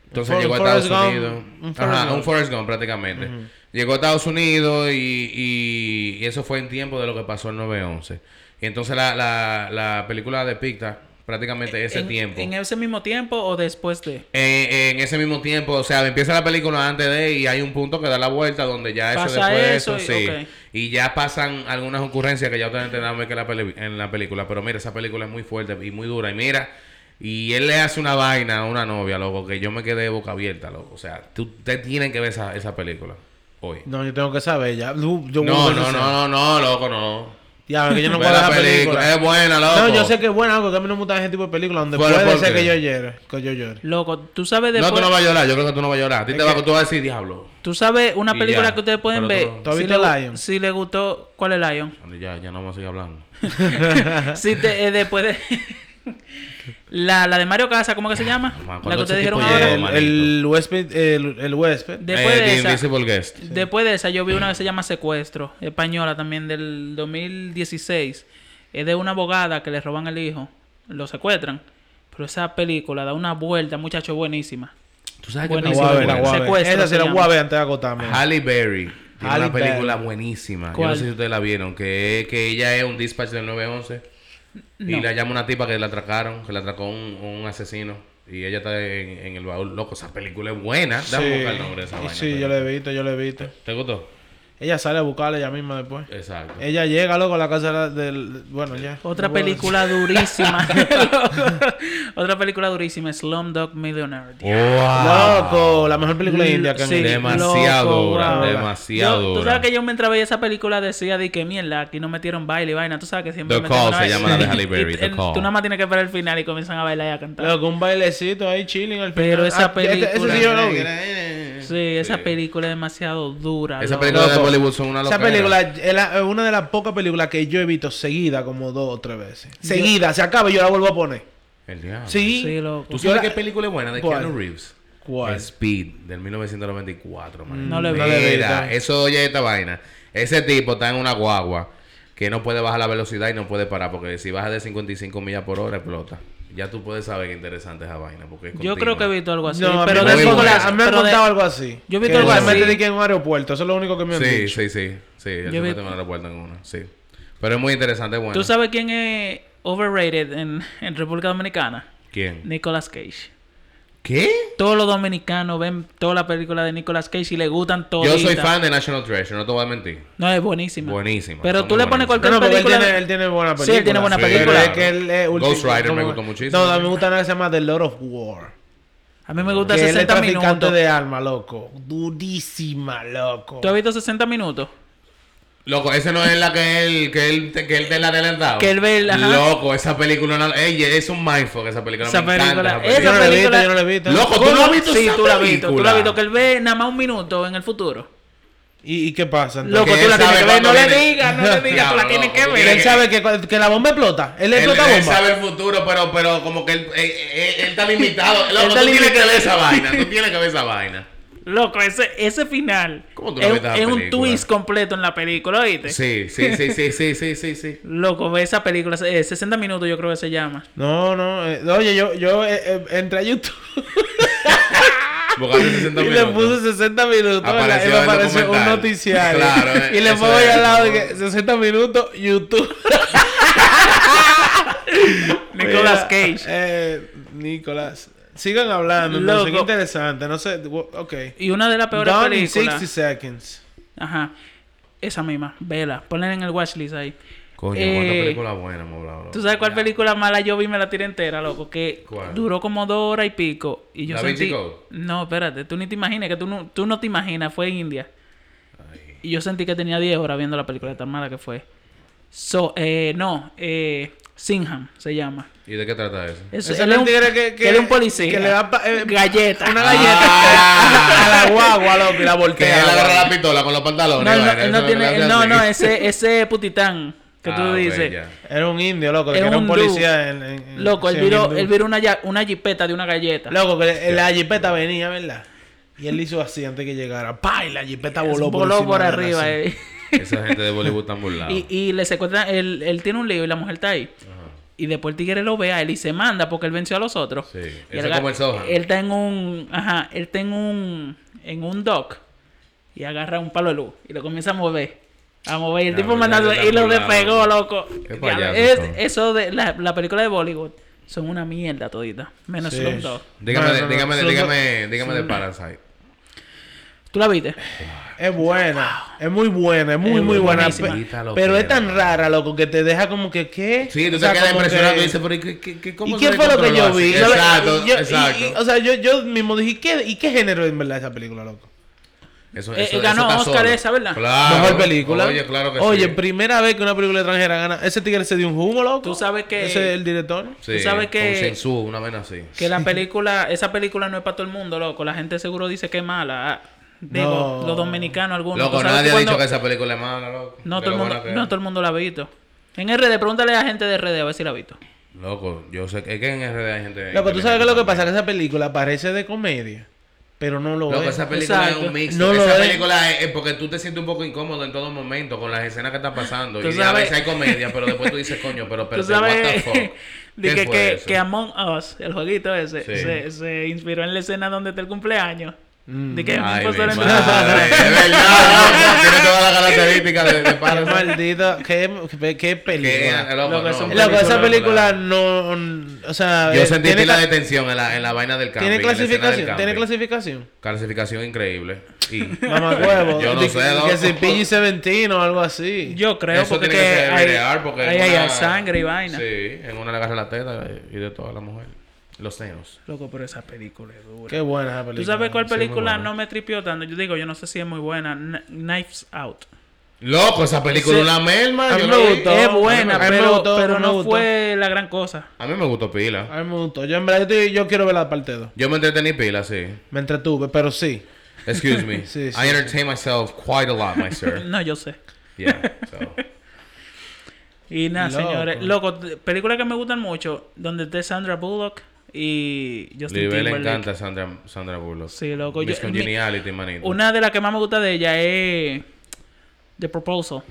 Speaker 2: Entonces
Speaker 3: For-
Speaker 2: llegó a
Speaker 3: Forrest
Speaker 2: Estados
Speaker 3: Gump,
Speaker 2: Unidos.
Speaker 3: un Forrest
Speaker 2: Ajá,
Speaker 3: Gump.
Speaker 2: un Forrest Gump prácticamente. Llegó a Estados Unidos y, y- y eso fue en tiempo de lo que pasó el 9-11. Y entonces la, la, la película depicta prácticamente ese
Speaker 1: en,
Speaker 2: tiempo.
Speaker 1: ¿En
Speaker 2: En,
Speaker 1: ese mismo tiempo o después de?
Speaker 2: en ese mismo tiempo, o sea, empieza la película antes de y hay un punto que da la vuelta donde ya eso
Speaker 1: Pasa
Speaker 2: después
Speaker 1: eso
Speaker 2: de
Speaker 1: y-
Speaker 2: eso, sí.
Speaker 1: ok.
Speaker 2: Y ya pasan algunas ocurrencias que ya ustedes entenderán ver que la peli- en la película. Pero mira, esa película es muy fuerte y muy dura. Y mira, y él le hace una vaina a una novia, loco, que yo me quedé boca abierta, loco. O sea, tú, ustedes tienen que ver esa, esa película hoy.
Speaker 3: No, yo tengo que saber ya. Uh, yo
Speaker 2: No,
Speaker 3: voy a
Speaker 2: no, no,
Speaker 3: ver
Speaker 2: no, no, loco, no.
Speaker 3: esa. Ya, que yo no
Speaker 2: Ve
Speaker 3: puedo
Speaker 2: la
Speaker 3: ver la película.
Speaker 2: Es buena, loco.
Speaker 3: No, yo sé que es buena, porque a mí no me gustan ese tipo de películas donde
Speaker 2: Pero
Speaker 3: puede
Speaker 2: ¿por
Speaker 3: ser
Speaker 2: qué?
Speaker 3: que yo llore. Que yo llore.
Speaker 1: Loco, tú sabes
Speaker 2: No,
Speaker 1: después.
Speaker 2: tú no vas a llorar. Yo creo que tú no vas a llorar. A ti te va, tú vas a decir, diablo.
Speaker 1: Tú sabes una
Speaker 2: Y
Speaker 1: película
Speaker 2: ya,
Speaker 1: que ustedes pueden
Speaker 2: pero tú
Speaker 1: ver.
Speaker 2: no.
Speaker 3: ¿Tú has
Speaker 1: si
Speaker 3: visto
Speaker 1: le-
Speaker 3: Lion?
Speaker 1: Si les gustó, ¿cuál es Lion?
Speaker 2: Ya, ya no vamos a seguir hablando.
Speaker 1: Sí, te- eh, después de... la, la de Mario Casa, ¿cómo que se llama?
Speaker 2: Ma,
Speaker 1: La que
Speaker 2: ¿cuándo
Speaker 1: ustedes
Speaker 2: Ah, ese
Speaker 1: dijeron
Speaker 2: tipo
Speaker 1: ahora.
Speaker 2: llegó,
Speaker 3: El,
Speaker 2: manito.
Speaker 3: el huésped, el, el huésped.
Speaker 1: Después
Speaker 2: Eh,
Speaker 1: de
Speaker 2: The
Speaker 1: esa...
Speaker 2: Invisible Guest.
Speaker 1: Después de esa yo vi una que se llama Secuestro, española también del 2016. Es de una abogada que le roban el hijo, lo secuestran. Pero esa película da una vuelta, muchacho, buenísima.
Speaker 2: Tú sabes
Speaker 3: La
Speaker 2: que
Speaker 1: Buenísimo.
Speaker 3: voy a ver, la voy a ver.
Speaker 1: Secuestro
Speaker 3: Esa
Speaker 1: se
Speaker 3: sí la
Speaker 1: llama.
Speaker 3: voy a ver antes de agotarme.
Speaker 2: Halle Berry. Tiene
Speaker 3: Halle
Speaker 2: una película
Speaker 3: Berry.
Speaker 2: buenísima. Yo
Speaker 1: ¿Cuál?
Speaker 2: no sé si ustedes la vieron. Que, es- que ella es un dispatch del 911. Y
Speaker 1: No.
Speaker 2: la llama una tipa que la atracaron. Que la atracó un, un asesino. Y ella está en, en el baúl. Loco, esa película es buena. Dame buscar el nombre de esa
Speaker 3: Sí,
Speaker 2: vaina.
Speaker 3: sí, yo
Speaker 2: pero-
Speaker 3: la he visto, yo la he visto.
Speaker 2: ¿Te gustó?
Speaker 3: Ella sale a buscarla ella misma después.
Speaker 2: Exacto.
Speaker 3: Ella llega luego a la casa del... Bueno, ya.
Speaker 1: Otra
Speaker 3: No puedo
Speaker 1: película durísima. loco. Otra película durísima, Slumdog Millionaire.
Speaker 3: decir.
Speaker 2: ¡Wow!
Speaker 3: Loco, la mejor película india que han
Speaker 1: Sí,
Speaker 3: hecho.
Speaker 2: Demasiado
Speaker 1: loco,
Speaker 2: dura,
Speaker 1: guau.
Speaker 2: demasiado
Speaker 1: Yo- Tú
Speaker 2: dura.
Speaker 1: sabes que yo mientras veía esa película decía de que mierda, aquí no metieron baile y vaina. Tú sabes que siempre
Speaker 2: The
Speaker 1: meten
Speaker 2: Call
Speaker 1: una
Speaker 2: se
Speaker 1: vaina.
Speaker 2: llama la de
Speaker 1: Y-
Speaker 2: Halle Berry,
Speaker 1: y-
Speaker 2: The
Speaker 1: el-
Speaker 2: Call.
Speaker 1: Tú nada más tienes que esperar el final y comienzan a bailar y a cantar.
Speaker 3: Loco, un bailecito ahí chilling al final.
Speaker 1: Pero esa
Speaker 3: Ah, este- ese
Speaker 1: película-
Speaker 3: sí yo lo vi.
Speaker 1: Sí, esa película es demasiado dura.
Speaker 2: Esa
Speaker 1: loco.
Speaker 2: película de
Speaker 3: Loco.
Speaker 2: Bollywood son una
Speaker 3: Esa
Speaker 2: locura.
Speaker 3: película es la- es una de las pocas películas que yo he visto seguida como dos o tres veces. Seguida, se acaba y yo la vuelvo a poner.
Speaker 2: El diablo.
Speaker 3: Sí.
Speaker 1: Sí, loco.
Speaker 2: ¿Tú
Speaker 3: Yo
Speaker 2: sabes
Speaker 3: la-
Speaker 2: qué película es buena de
Speaker 3: ¿Cuál?
Speaker 2: Keanu Reeves?
Speaker 3: ¿Cuál?
Speaker 2: Speed, del 1994, man.
Speaker 1: No le vi.
Speaker 3: No le vi,
Speaker 2: Mira,
Speaker 3: no.
Speaker 2: eso oye esta vaina. Ese tipo está en una guagua que no puede bajar la velocidad y no puede parar porque si baja de 55 millas por hora explota. Ya tú puedes saber qué interesante es esa vaina porque es
Speaker 1: Yo creo que he
Speaker 2: continua.
Speaker 1: visto algo así.
Speaker 3: No, a
Speaker 1: pero
Speaker 3: mí
Speaker 1: de
Speaker 2: muy
Speaker 1: eso
Speaker 2: buena.
Speaker 1: la-
Speaker 3: a mí me han
Speaker 1: pero de-
Speaker 3: contado algo así.
Speaker 1: Yo he visto
Speaker 3: Que
Speaker 1: algo
Speaker 3: se
Speaker 1: así.
Speaker 3: meten de que en un aeropuerto. Eso es lo único que me han
Speaker 2: Sí,
Speaker 3: dicho.
Speaker 2: sí, sí, sí. Yo
Speaker 1: vi-
Speaker 2: me tengo la puerta en una, sí. Pero es muy interesante, bueno.
Speaker 1: ¿Tú sabes quién es overrated en, en República Dominicana?
Speaker 2: ¿Quién?
Speaker 1: Nicolas Cage.
Speaker 2: ¿Qué?
Speaker 1: Todos los dominicanos ven toda la película de Nicolas Cage y le gustan todas.
Speaker 2: Yo soy fan de National Treasure, no te voy a mentir.
Speaker 1: No, es buenísima.
Speaker 2: Buenísima,
Speaker 1: Pero
Speaker 2: son
Speaker 1: tú
Speaker 2: muy
Speaker 1: le pones cualquier
Speaker 2: buenísimas.
Speaker 3: No, no, porque él
Speaker 1: película.
Speaker 3: tiene, él tiene buena
Speaker 1: Sí, él
Speaker 3: película.
Speaker 1: tiene buena
Speaker 3: Pero
Speaker 1: película.
Speaker 3: es que él es
Speaker 2: Ghost
Speaker 3: ulti-
Speaker 2: Rider me
Speaker 3: como-
Speaker 2: gustó muchísimo.
Speaker 3: No, a mí me gusta una que se llama The Lord of War.
Speaker 1: A mí me gusta
Speaker 3: que él es
Speaker 1: 60
Speaker 3: traficante
Speaker 1: minutos.
Speaker 3: de alma, loco. Durísima, loco.
Speaker 1: ¿Tú has visto 60 minutos?
Speaker 2: Loco, esa no es la que él, que él, que él te la ha adelantado.
Speaker 1: Que él ve el- ajá.
Speaker 2: Loco, esa película, no- ey, es un mindfuck esa película.
Speaker 1: Esa
Speaker 2: me encanta
Speaker 1: película-
Speaker 2: esa
Speaker 1: esa
Speaker 3: Yo
Speaker 2: película.
Speaker 3: no la he visto,
Speaker 1: película-
Speaker 3: yo no la he visto.
Speaker 2: Loco, tú no has visto
Speaker 1: Sí,
Speaker 2: esa
Speaker 1: tú la has visto. Tú la
Speaker 2: película.
Speaker 1: has visto. Que él ve nada más un minuto en el futuro.
Speaker 3: ¿Y, y qué pasa? entonces?
Speaker 1: Loco,
Speaker 2: Que
Speaker 1: tú
Speaker 2: él
Speaker 1: la tienes
Speaker 2: sabe
Speaker 1: que ver. No
Speaker 2: cuándo
Speaker 1: le
Speaker 2: viene.
Speaker 1: digas, no le digas. Tú la
Speaker 2: Diablo,
Speaker 1: tienes
Speaker 2: loco,
Speaker 1: que
Speaker 2: tú
Speaker 1: ver.
Speaker 3: Él sabe que, cu- que la bomba explota. Él
Speaker 2: eh, Él,
Speaker 3: explota
Speaker 2: él
Speaker 3: bomba.
Speaker 2: sabe el futuro, pero, pero como que él, él- él- él está limitado. Loco,
Speaker 1: está
Speaker 2: tú tienes que
Speaker 1: limitado.
Speaker 2: ver esa vaina. Tú tienes que ver esa vaina.
Speaker 1: Loco, ese, ese final
Speaker 2: ¿Cómo tú no
Speaker 1: es,
Speaker 2: viste esa
Speaker 1: es un
Speaker 2: película?
Speaker 1: twist completo en la película, ¿oíste?
Speaker 2: Sí, sí, sí, sí, sí, sí, sí, sí.
Speaker 1: Loco, ve esa película, eh, 60 minutos yo creo que se llama.
Speaker 3: No, no. eh, oye, yo, yo eh, eh, entré a YouTube
Speaker 2: Porque hace 60
Speaker 3: y
Speaker 2: minutos.
Speaker 3: le puse 60 minutos. ¿verdad?
Speaker 2: Apareció
Speaker 3: y me
Speaker 2: el
Speaker 3: apareció un
Speaker 2: documental.
Speaker 3: noticiario.
Speaker 2: Claro, eh,
Speaker 3: y le
Speaker 2: eso
Speaker 3: pongo ahí
Speaker 2: es,
Speaker 3: al lado de
Speaker 2: por
Speaker 3: que 60 minutos YouTube.
Speaker 1: Nicolas
Speaker 3: Mira,
Speaker 1: Cage.
Speaker 3: Eh, Nicolas. Sigan hablando. Entonces, qué
Speaker 1: Loco.
Speaker 3: interesante. No sé. wo- Ok.
Speaker 1: Y una de las peores
Speaker 3: Done in
Speaker 1: películas.
Speaker 3: 60 seconds.
Speaker 1: Ajá. Esa misma, vela. Ponla en el watchlist ahí.
Speaker 2: Coño,
Speaker 1: Eh,
Speaker 2: cuánta película buena hemos hablado.
Speaker 1: ¿Tú sabes cuál película mala yo vi y me la tiré entera, loco? Que
Speaker 2: ¿Cuál?
Speaker 1: duró como dos horas y pico. Y yo
Speaker 2: ¿Da Vinci
Speaker 1: sentí...
Speaker 2: Code?
Speaker 1: No, espérate. Tú ni te imaginas, que tú no, tú no te imaginas. Fue en India. Y yo sentí que tenía 10 horas viendo la película tan mala que fue. So, eh, no, eh, Singham se llama.
Speaker 2: ¿Y de qué trata eso?
Speaker 1: Es,
Speaker 3: Ese
Speaker 1: él es
Speaker 3: es el
Speaker 1: un,
Speaker 3: tigre que- que-
Speaker 1: él es un policía.
Speaker 3: que le da pa- eh,
Speaker 1: galleta.
Speaker 3: Una galleta.
Speaker 2: Ah.
Speaker 3: a la guagua, loco. Y la
Speaker 2: Que
Speaker 3: voltea.
Speaker 2: él agarra la pistola con los pantalones.
Speaker 1: No, él no,
Speaker 2: vaina,
Speaker 1: él
Speaker 2: eso
Speaker 1: no
Speaker 2: es lo
Speaker 1: tiene,
Speaker 2: que
Speaker 1: él no,
Speaker 2: hace.
Speaker 1: no, ese, ese putitán que
Speaker 2: Ah,
Speaker 1: tú
Speaker 2: ok,
Speaker 1: dices.
Speaker 2: ya.
Speaker 3: Era un indio, loco. que
Speaker 1: Es
Speaker 3: era un
Speaker 1: un dude.
Speaker 3: policía en, en-
Speaker 2: Mm,
Speaker 3: en-
Speaker 1: Loco, él
Speaker 3: sí, un
Speaker 1: viró,
Speaker 3: hindú.
Speaker 1: él viró una, ya- una jipeta de una galleta.
Speaker 3: Loco, que le- la jipeta venía, ¿verdad? Y él hizo así antes que llegara. ¡Pah! Y la jipeta voló,
Speaker 1: voló,
Speaker 3: encima
Speaker 1: por
Speaker 3: de él,
Speaker 1: arriba.
Speaker 3: así.
Speaker 1: eh.
Speaker 2: Esa gente de Bollywood está burlada.
Speaker 1: Y, y le secuestran, él, él tiene un lío y la mujer está ahí. Y después el tigre lo ve a él y se manda porque él venció a los otros.
Speaker 2: Sí.
Speaker 1: Y
Speaker 2: Ese
Speaker 1: el
Speaker 2: es
Speaker 1: ga-
Speaker 2: como el Sohan.
Speaker 1: Él está en un, ajá, él está en un, en un dock y agarra un palo de luz y lo comienza a mover. A mover y el
Speaker 2: Ya,
Speaker 1: tipo
Speaker 2: pues, ya
Speaker 1: mandando
Speaker 2: está
Speaker 1: y lo
Speaker 2: burlado.
Speaker 1: despegó, loco.
Speaker 2: Qué
Speaker 1: Diablo,
Speaker 2: payaso
Speaker 1: es-
Speaker 2: son.
Speaker 1: eso de la, la película de Bollywood son una mierda todita. Menos
Speaker 3: Sí.
Speaker 1: Slumdog. Dog.
Speaker 2: Dígame,
Speaker 3: No,
Speaker 2: de-
Speaker 3: no, no.
Speaker 2: dígame, de-
Speaker 3: Son
Speaker 2: dígame, dígame de Parasite.
Speaker 1: ¿Tú la viste?
Speaker 3: Es buena, es muy buena, es muy,
Speaker 1: Es
Speaker 3: muy buena.
Speaker 1: buenísima.
Speaker 3: pe-
Speaker 2: Quita lo
Speaker 3: Pero
Speaker 2: que
Speaker 3: es tan
Speaker 2: era.
Speaker 3: rara, loco, que te deja como que, ¿qué?
Speaker 2: Sí, tú
Speaker 3: O sea,
Speaker 2: te quedas
Speaker 3: como
Speaker 2: impresionado
Speaker 3: que-
Speaker 2: y dices, pero ¿y qué, qué, qué- cómo
Speaker 3: ¿Y
Speaker 2: se
Speaker 3: qué fue lo que
Speaker 2: controló
Speaker 3: yo
Speaker 2: así?
Speaker 3: vi? Yo-
Speaker 2: Exacto,
Speaker 3: y- y-
Speaker 2: exacto.
Speaker 3: y- o sea, eh, yo, yo mismo dije, ¿qué, ¿y qué género es en verdad esa película, loco?
Speaker 2: Eso-
Speaker 1: Eh,
Speaker 2: eso-
Speaker 1: ganó
Speaker 2: eso está
Speaker 1: Oscar
Speaker 2: solo.
Speaker 1: esa, ¿verdad?
Speaker 2: Claro.
Speaker 3: Mejor película.
Speaker 2: Ah, Oye, claro que
Speaker 3: Oye,
Speaker 2: sí.
Speaker 3: primera vez que una película extranjera gana. Ese tigre se dio un humo, loco.
Speaker 1: Tú sabes que-
Speaker 3: Ese es el director.
Speaker 2: Sí,
Speaker 1: tú sabes que-
Speaker 2: Con Shinsu, una vaina así.
Speaker 1: Que la película, esa película no es para todo el mundo, loco. La gente seguro dice que es mala. Ah, Digo,
Speaker 3: No.
Speaker 1: los dominicanos algunos. ¿Tú
Speaker 2: Loco,
Speaker 1: sabes
Speaker 2: nadie ha
Speaker 1: que
Speaker 2: dicho
Speaker 1: cuando-
Speaker 2: que esa película es mala, loco.
Speaker 1: No
Speaker 2: De
Speaker 1: todo, el
Speaker 2: lo
Speaker 1: mundo,
Speaker 2: buena que
Speaker 1: no
Speaker 2: es.
Speaker 1: todo el mundo la ha visto. En RD, pregúntale a la gente de RD a ver si la ha visto.
Speaker 2: Loco, yo sé que es que en RD hay gente.
Speaker 3: Loco, tú sabes que
Speaker 2: que
Speaker 3: lo que pasa, que esa película parece de comedia, pero no lo
Speaker 2: Loco,
Speaker 3: es.
Speaker 2: esa película es
Speaker 1: Exacto.
Speaker 2: un mix.
Speaker 3: No lo
Speaker 2: esa
Speaker 3: es.
Speaker 2: película es, es porque tú te sientes un poco incómodo en todo momento con las escenas que están pasando.
Speaker 1: Tú
Speaker 2: Y a
Speaker 1: sabes-
Speaker 2: veces hay comedia, pero después tú dices, coño, pero, pero,
Speaker 1: Tú sabes
Speaker 2: what the fuck.
Speaker 1: de que,
Speaker 2: fue
Speaker 1: que,
Speaker 2: eso?
Speaker 1: que Among Us, el jueguito ese,
Speaker 2: Sí.
Speaker 1: se, se inspiró en la escena donde está el cumpleaños. De que un
Speaker 2: Ay, mi
Speaker 1: impostor
Speaker 2: madre,
Speaker 1: en
Speaker 2: es
Speaker 1: tu
Speaker 2: verdad, loco, tiene todas las características de, de
Speaker 3: Qué
Speaker 2: Parasite.
Speaker 3: maldita, qué, qué- qué
Speaker 2: Que,
Speaker 3: película.
Speaker 2: loco,
Speaker 1: Loco,
Speaker 2: no,
Speaker 1: esa
Speaker 3: Loco, esa
Speaker 1: Película,
Speaker 3: película no. n- O sea.
Speaker 2: Yo
Speaker 3: eh,
Speaker 2: sentí
Speaker 3: tiene
Speaker 2: la
Speaker 3: ca-
Speaker 2: detención en la, en la vaina del cambio.
Speaker 3: Tiene clasificación, tiene clasificación.
Speaker 2: Clasificación increíble. Y...
Speaker 3: Mamá huevo.
Speaker 2: Yo no
Speaker 3: de-
Speaker 2: sé,
Speaker 3: Que
Speaker 2: loco.
Speaker 3: si PG-17 o algo así.
Speaker 1: Yo creo
Speaker 2: Eso
Speaker 1: porque
Speaker 2: tiene que
Speaker 1: que
Speaker 2: ser
Speaker 1: hay,
Speaker 2: real, porque
Speaker 1: hay,
Speaker 2: en
Speaker 1: hay
Speaker 2: una-
Speaker 1: sangre y vaina.
Speaker 2: Sí, en una le agarra la teta y de toda la mujer. Los senos.
Speaker 1: Loco, pero esa película es dura.
Speaker 3: Qué buena esa
Speaker 1: ¿Tú
Speaker 3: película.
Speaker 1: sabes cuál
Speaker 2: Sí, muy
Speaker 1: película
Speaker 2: buena.
Speaker 1: no me tripió tanto? Yo digo, yo no sé si es muy buena. Kn- Knives Out.
Speaker 2: Loco, esa película
Speaker 1: Sí.
Speaker 2: una merma.
Speaker 3: A mí
Speaker 2: yo
Speaker 3: me
Speaker 2: la vi.
Speaker 3: gustó.
Speaker 1: es
Speaker 3: a
Speaker 1: buena,
Speaker 3: mí me
Speaker 1: pero,
Speaker 3: gustó, a
Speaker 1: pero
Speaker 3: mí me
Speaker 1: no
Speaker 3: gustó.
Speaker 1: fue la gran cosa.
Speaker 2: A mí me gustó pila.
Speaker 3: A mí me gustó. Yo en verdad yo, estoy- yo quiero ver la parte 2.
Speaker 2: Yo me entretení pila, sí.
Speaker 3: Me entretuve, pero sí.
Speaker 2: Excuse me.
Speaker 3: Sí, sí,
Speaker 2: I entertain myself quite a lot, my sir.
Speaker 1: No, yo sé.
Speaker 2: Yeah, so.
Speaker 1: Y nada,
Speaker 3: Loco.
Speaker 1: señores. Loco, t- películas que me gustan mucho, donde esté Sandra Bullock y Justin
Speaker 2: Libé le
Speaker 1: Timberlake.
Speaker 2: encanta Sandra, Sandra Bullock.
Speaker 1: Sí, loco,
Speaker 2: Miss
Speaker 1: yo-
Speaker 2: Congeniality, manito.
Speaker 1: Una de las que más me gusta de ella es The Proposal.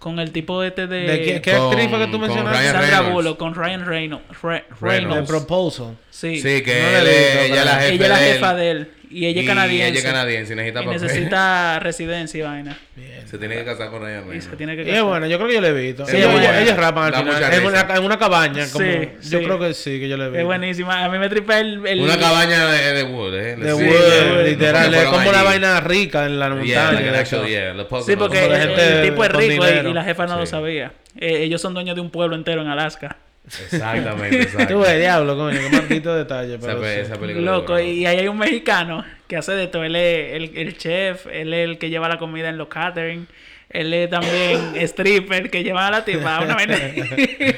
Speaker 1: Con el tipo este de...
Speaker 3: ¿De qué, qué
Speaker 2: Con-
Speaker 3: actriz fue que tú
Speaker 2: con
Speaker 3: mencionaste?
Speaker 2: Ryan
Speaker 1: Sandra
Speaker 2: Reynolds.
Speaker 1: Bullock, con Ryan Reynolds. Re-
Speaker 2: Reynolds.
Speaker 3: The
Speaker 1: Reynolds.
Speaker 3: Proposal.
Speaker 1: Sí.
Speaker 2: Sí, que
Speaker 3: No la
Speaker 2: él
Speaker 3: he
Speaker 2: es- ella
Speaker 3: visto,
Speaker 2: es la
Speaker 3: pero-
Speaker 2: jefe
Speaker 1: Ella es la
Speaker 2: de él.
Speaker 1: jefa de él. Y ella es
Speaker 2: Y
Speaker 1: canadiense.
Speaker 2: ella es canadiense y necesita
Speaker 1: Y
Speaker 2: papel.
Speaker 1: necesita residencia y vaina.
Speaker 3: Bien.
Speaker 2: Se tiene que casar con ella
Speaker 1: Y
Speaker 2: misma.
Speaker 1: se tiene que
Speaker 3: Y es bueno, yo creo que yo le he visto.
Speaker 2: Sí,
Speaker 3: ellos,
Speaker 1: es
Speaker 3: ellos-
Speaker 1: bueno.
Speaker 3: ellos rapan
Speaker 2: Da
Speaker 3: al final.
Speaker 2: mucha
Speaker 3: En una,
Speaker 2: risa.
Speaker 3: en una cabaña. Como,
Speaker 1: Sí,
Speaker 3: yo
Speaker 1: sí.
Speaker 3: creo que sí, que yo le he visto.
Speaker 1: Es buenísima. A mí me tripa el... el-
Speaker 2: Una cabaña de, de wood, ¿eh?
Speaker 3: De
Speaker 2: Sí,
Speaker 3: Wood,
Speaker 2: yeah.
Speaker 3: literal.
Speaker 2: Porque
Speaker 3: Es
Speaker 2: fueron
Speaker 3: como la
Speaker 2: allí.
Speaker 3: vaina rica en la
Speaker 2: Yeah,
Speaker 3: montaña.
Speaker 2: like an
Speaker 3: de
Speaker 2: actual,
Speaker 3: hecho.
Speaker 2: yeah, los
Speaker 1: Sí,
Speaker 2: Poconos.
Speaker 1: porque
Speaker 3: Como
Speaker 1: el,
Speaker 3: la gente
Speaker 1: el tipo es
Speaker 3: con
Speaker 1: rico
Speaker 3: dinero.
Speaker 1: y, y la jefa no lo
Speaker 2: Sí.
Speaker 1: sabía. Eh, ellos son dueños de un pueblo entero en Alaska.
Speaker 2: Exactamente, exacto.
Speaker 3: Tú ves, diablo, coño. Qué maldito detalle.
Speaker 2: Esa,
Speaker 3: Pero
Speaker 2: pe-
Speaker 3: sí.
Speaker 2: esa película.
Speaker 1: Loco,
Speaker 2: es buena.
Speaker 1: y ahí hay un mexicano que hace de todo. Él es el, el chef, él es el que lleva la comida en los catering, él es también stripper que lleva a la tipa. a Una vaina.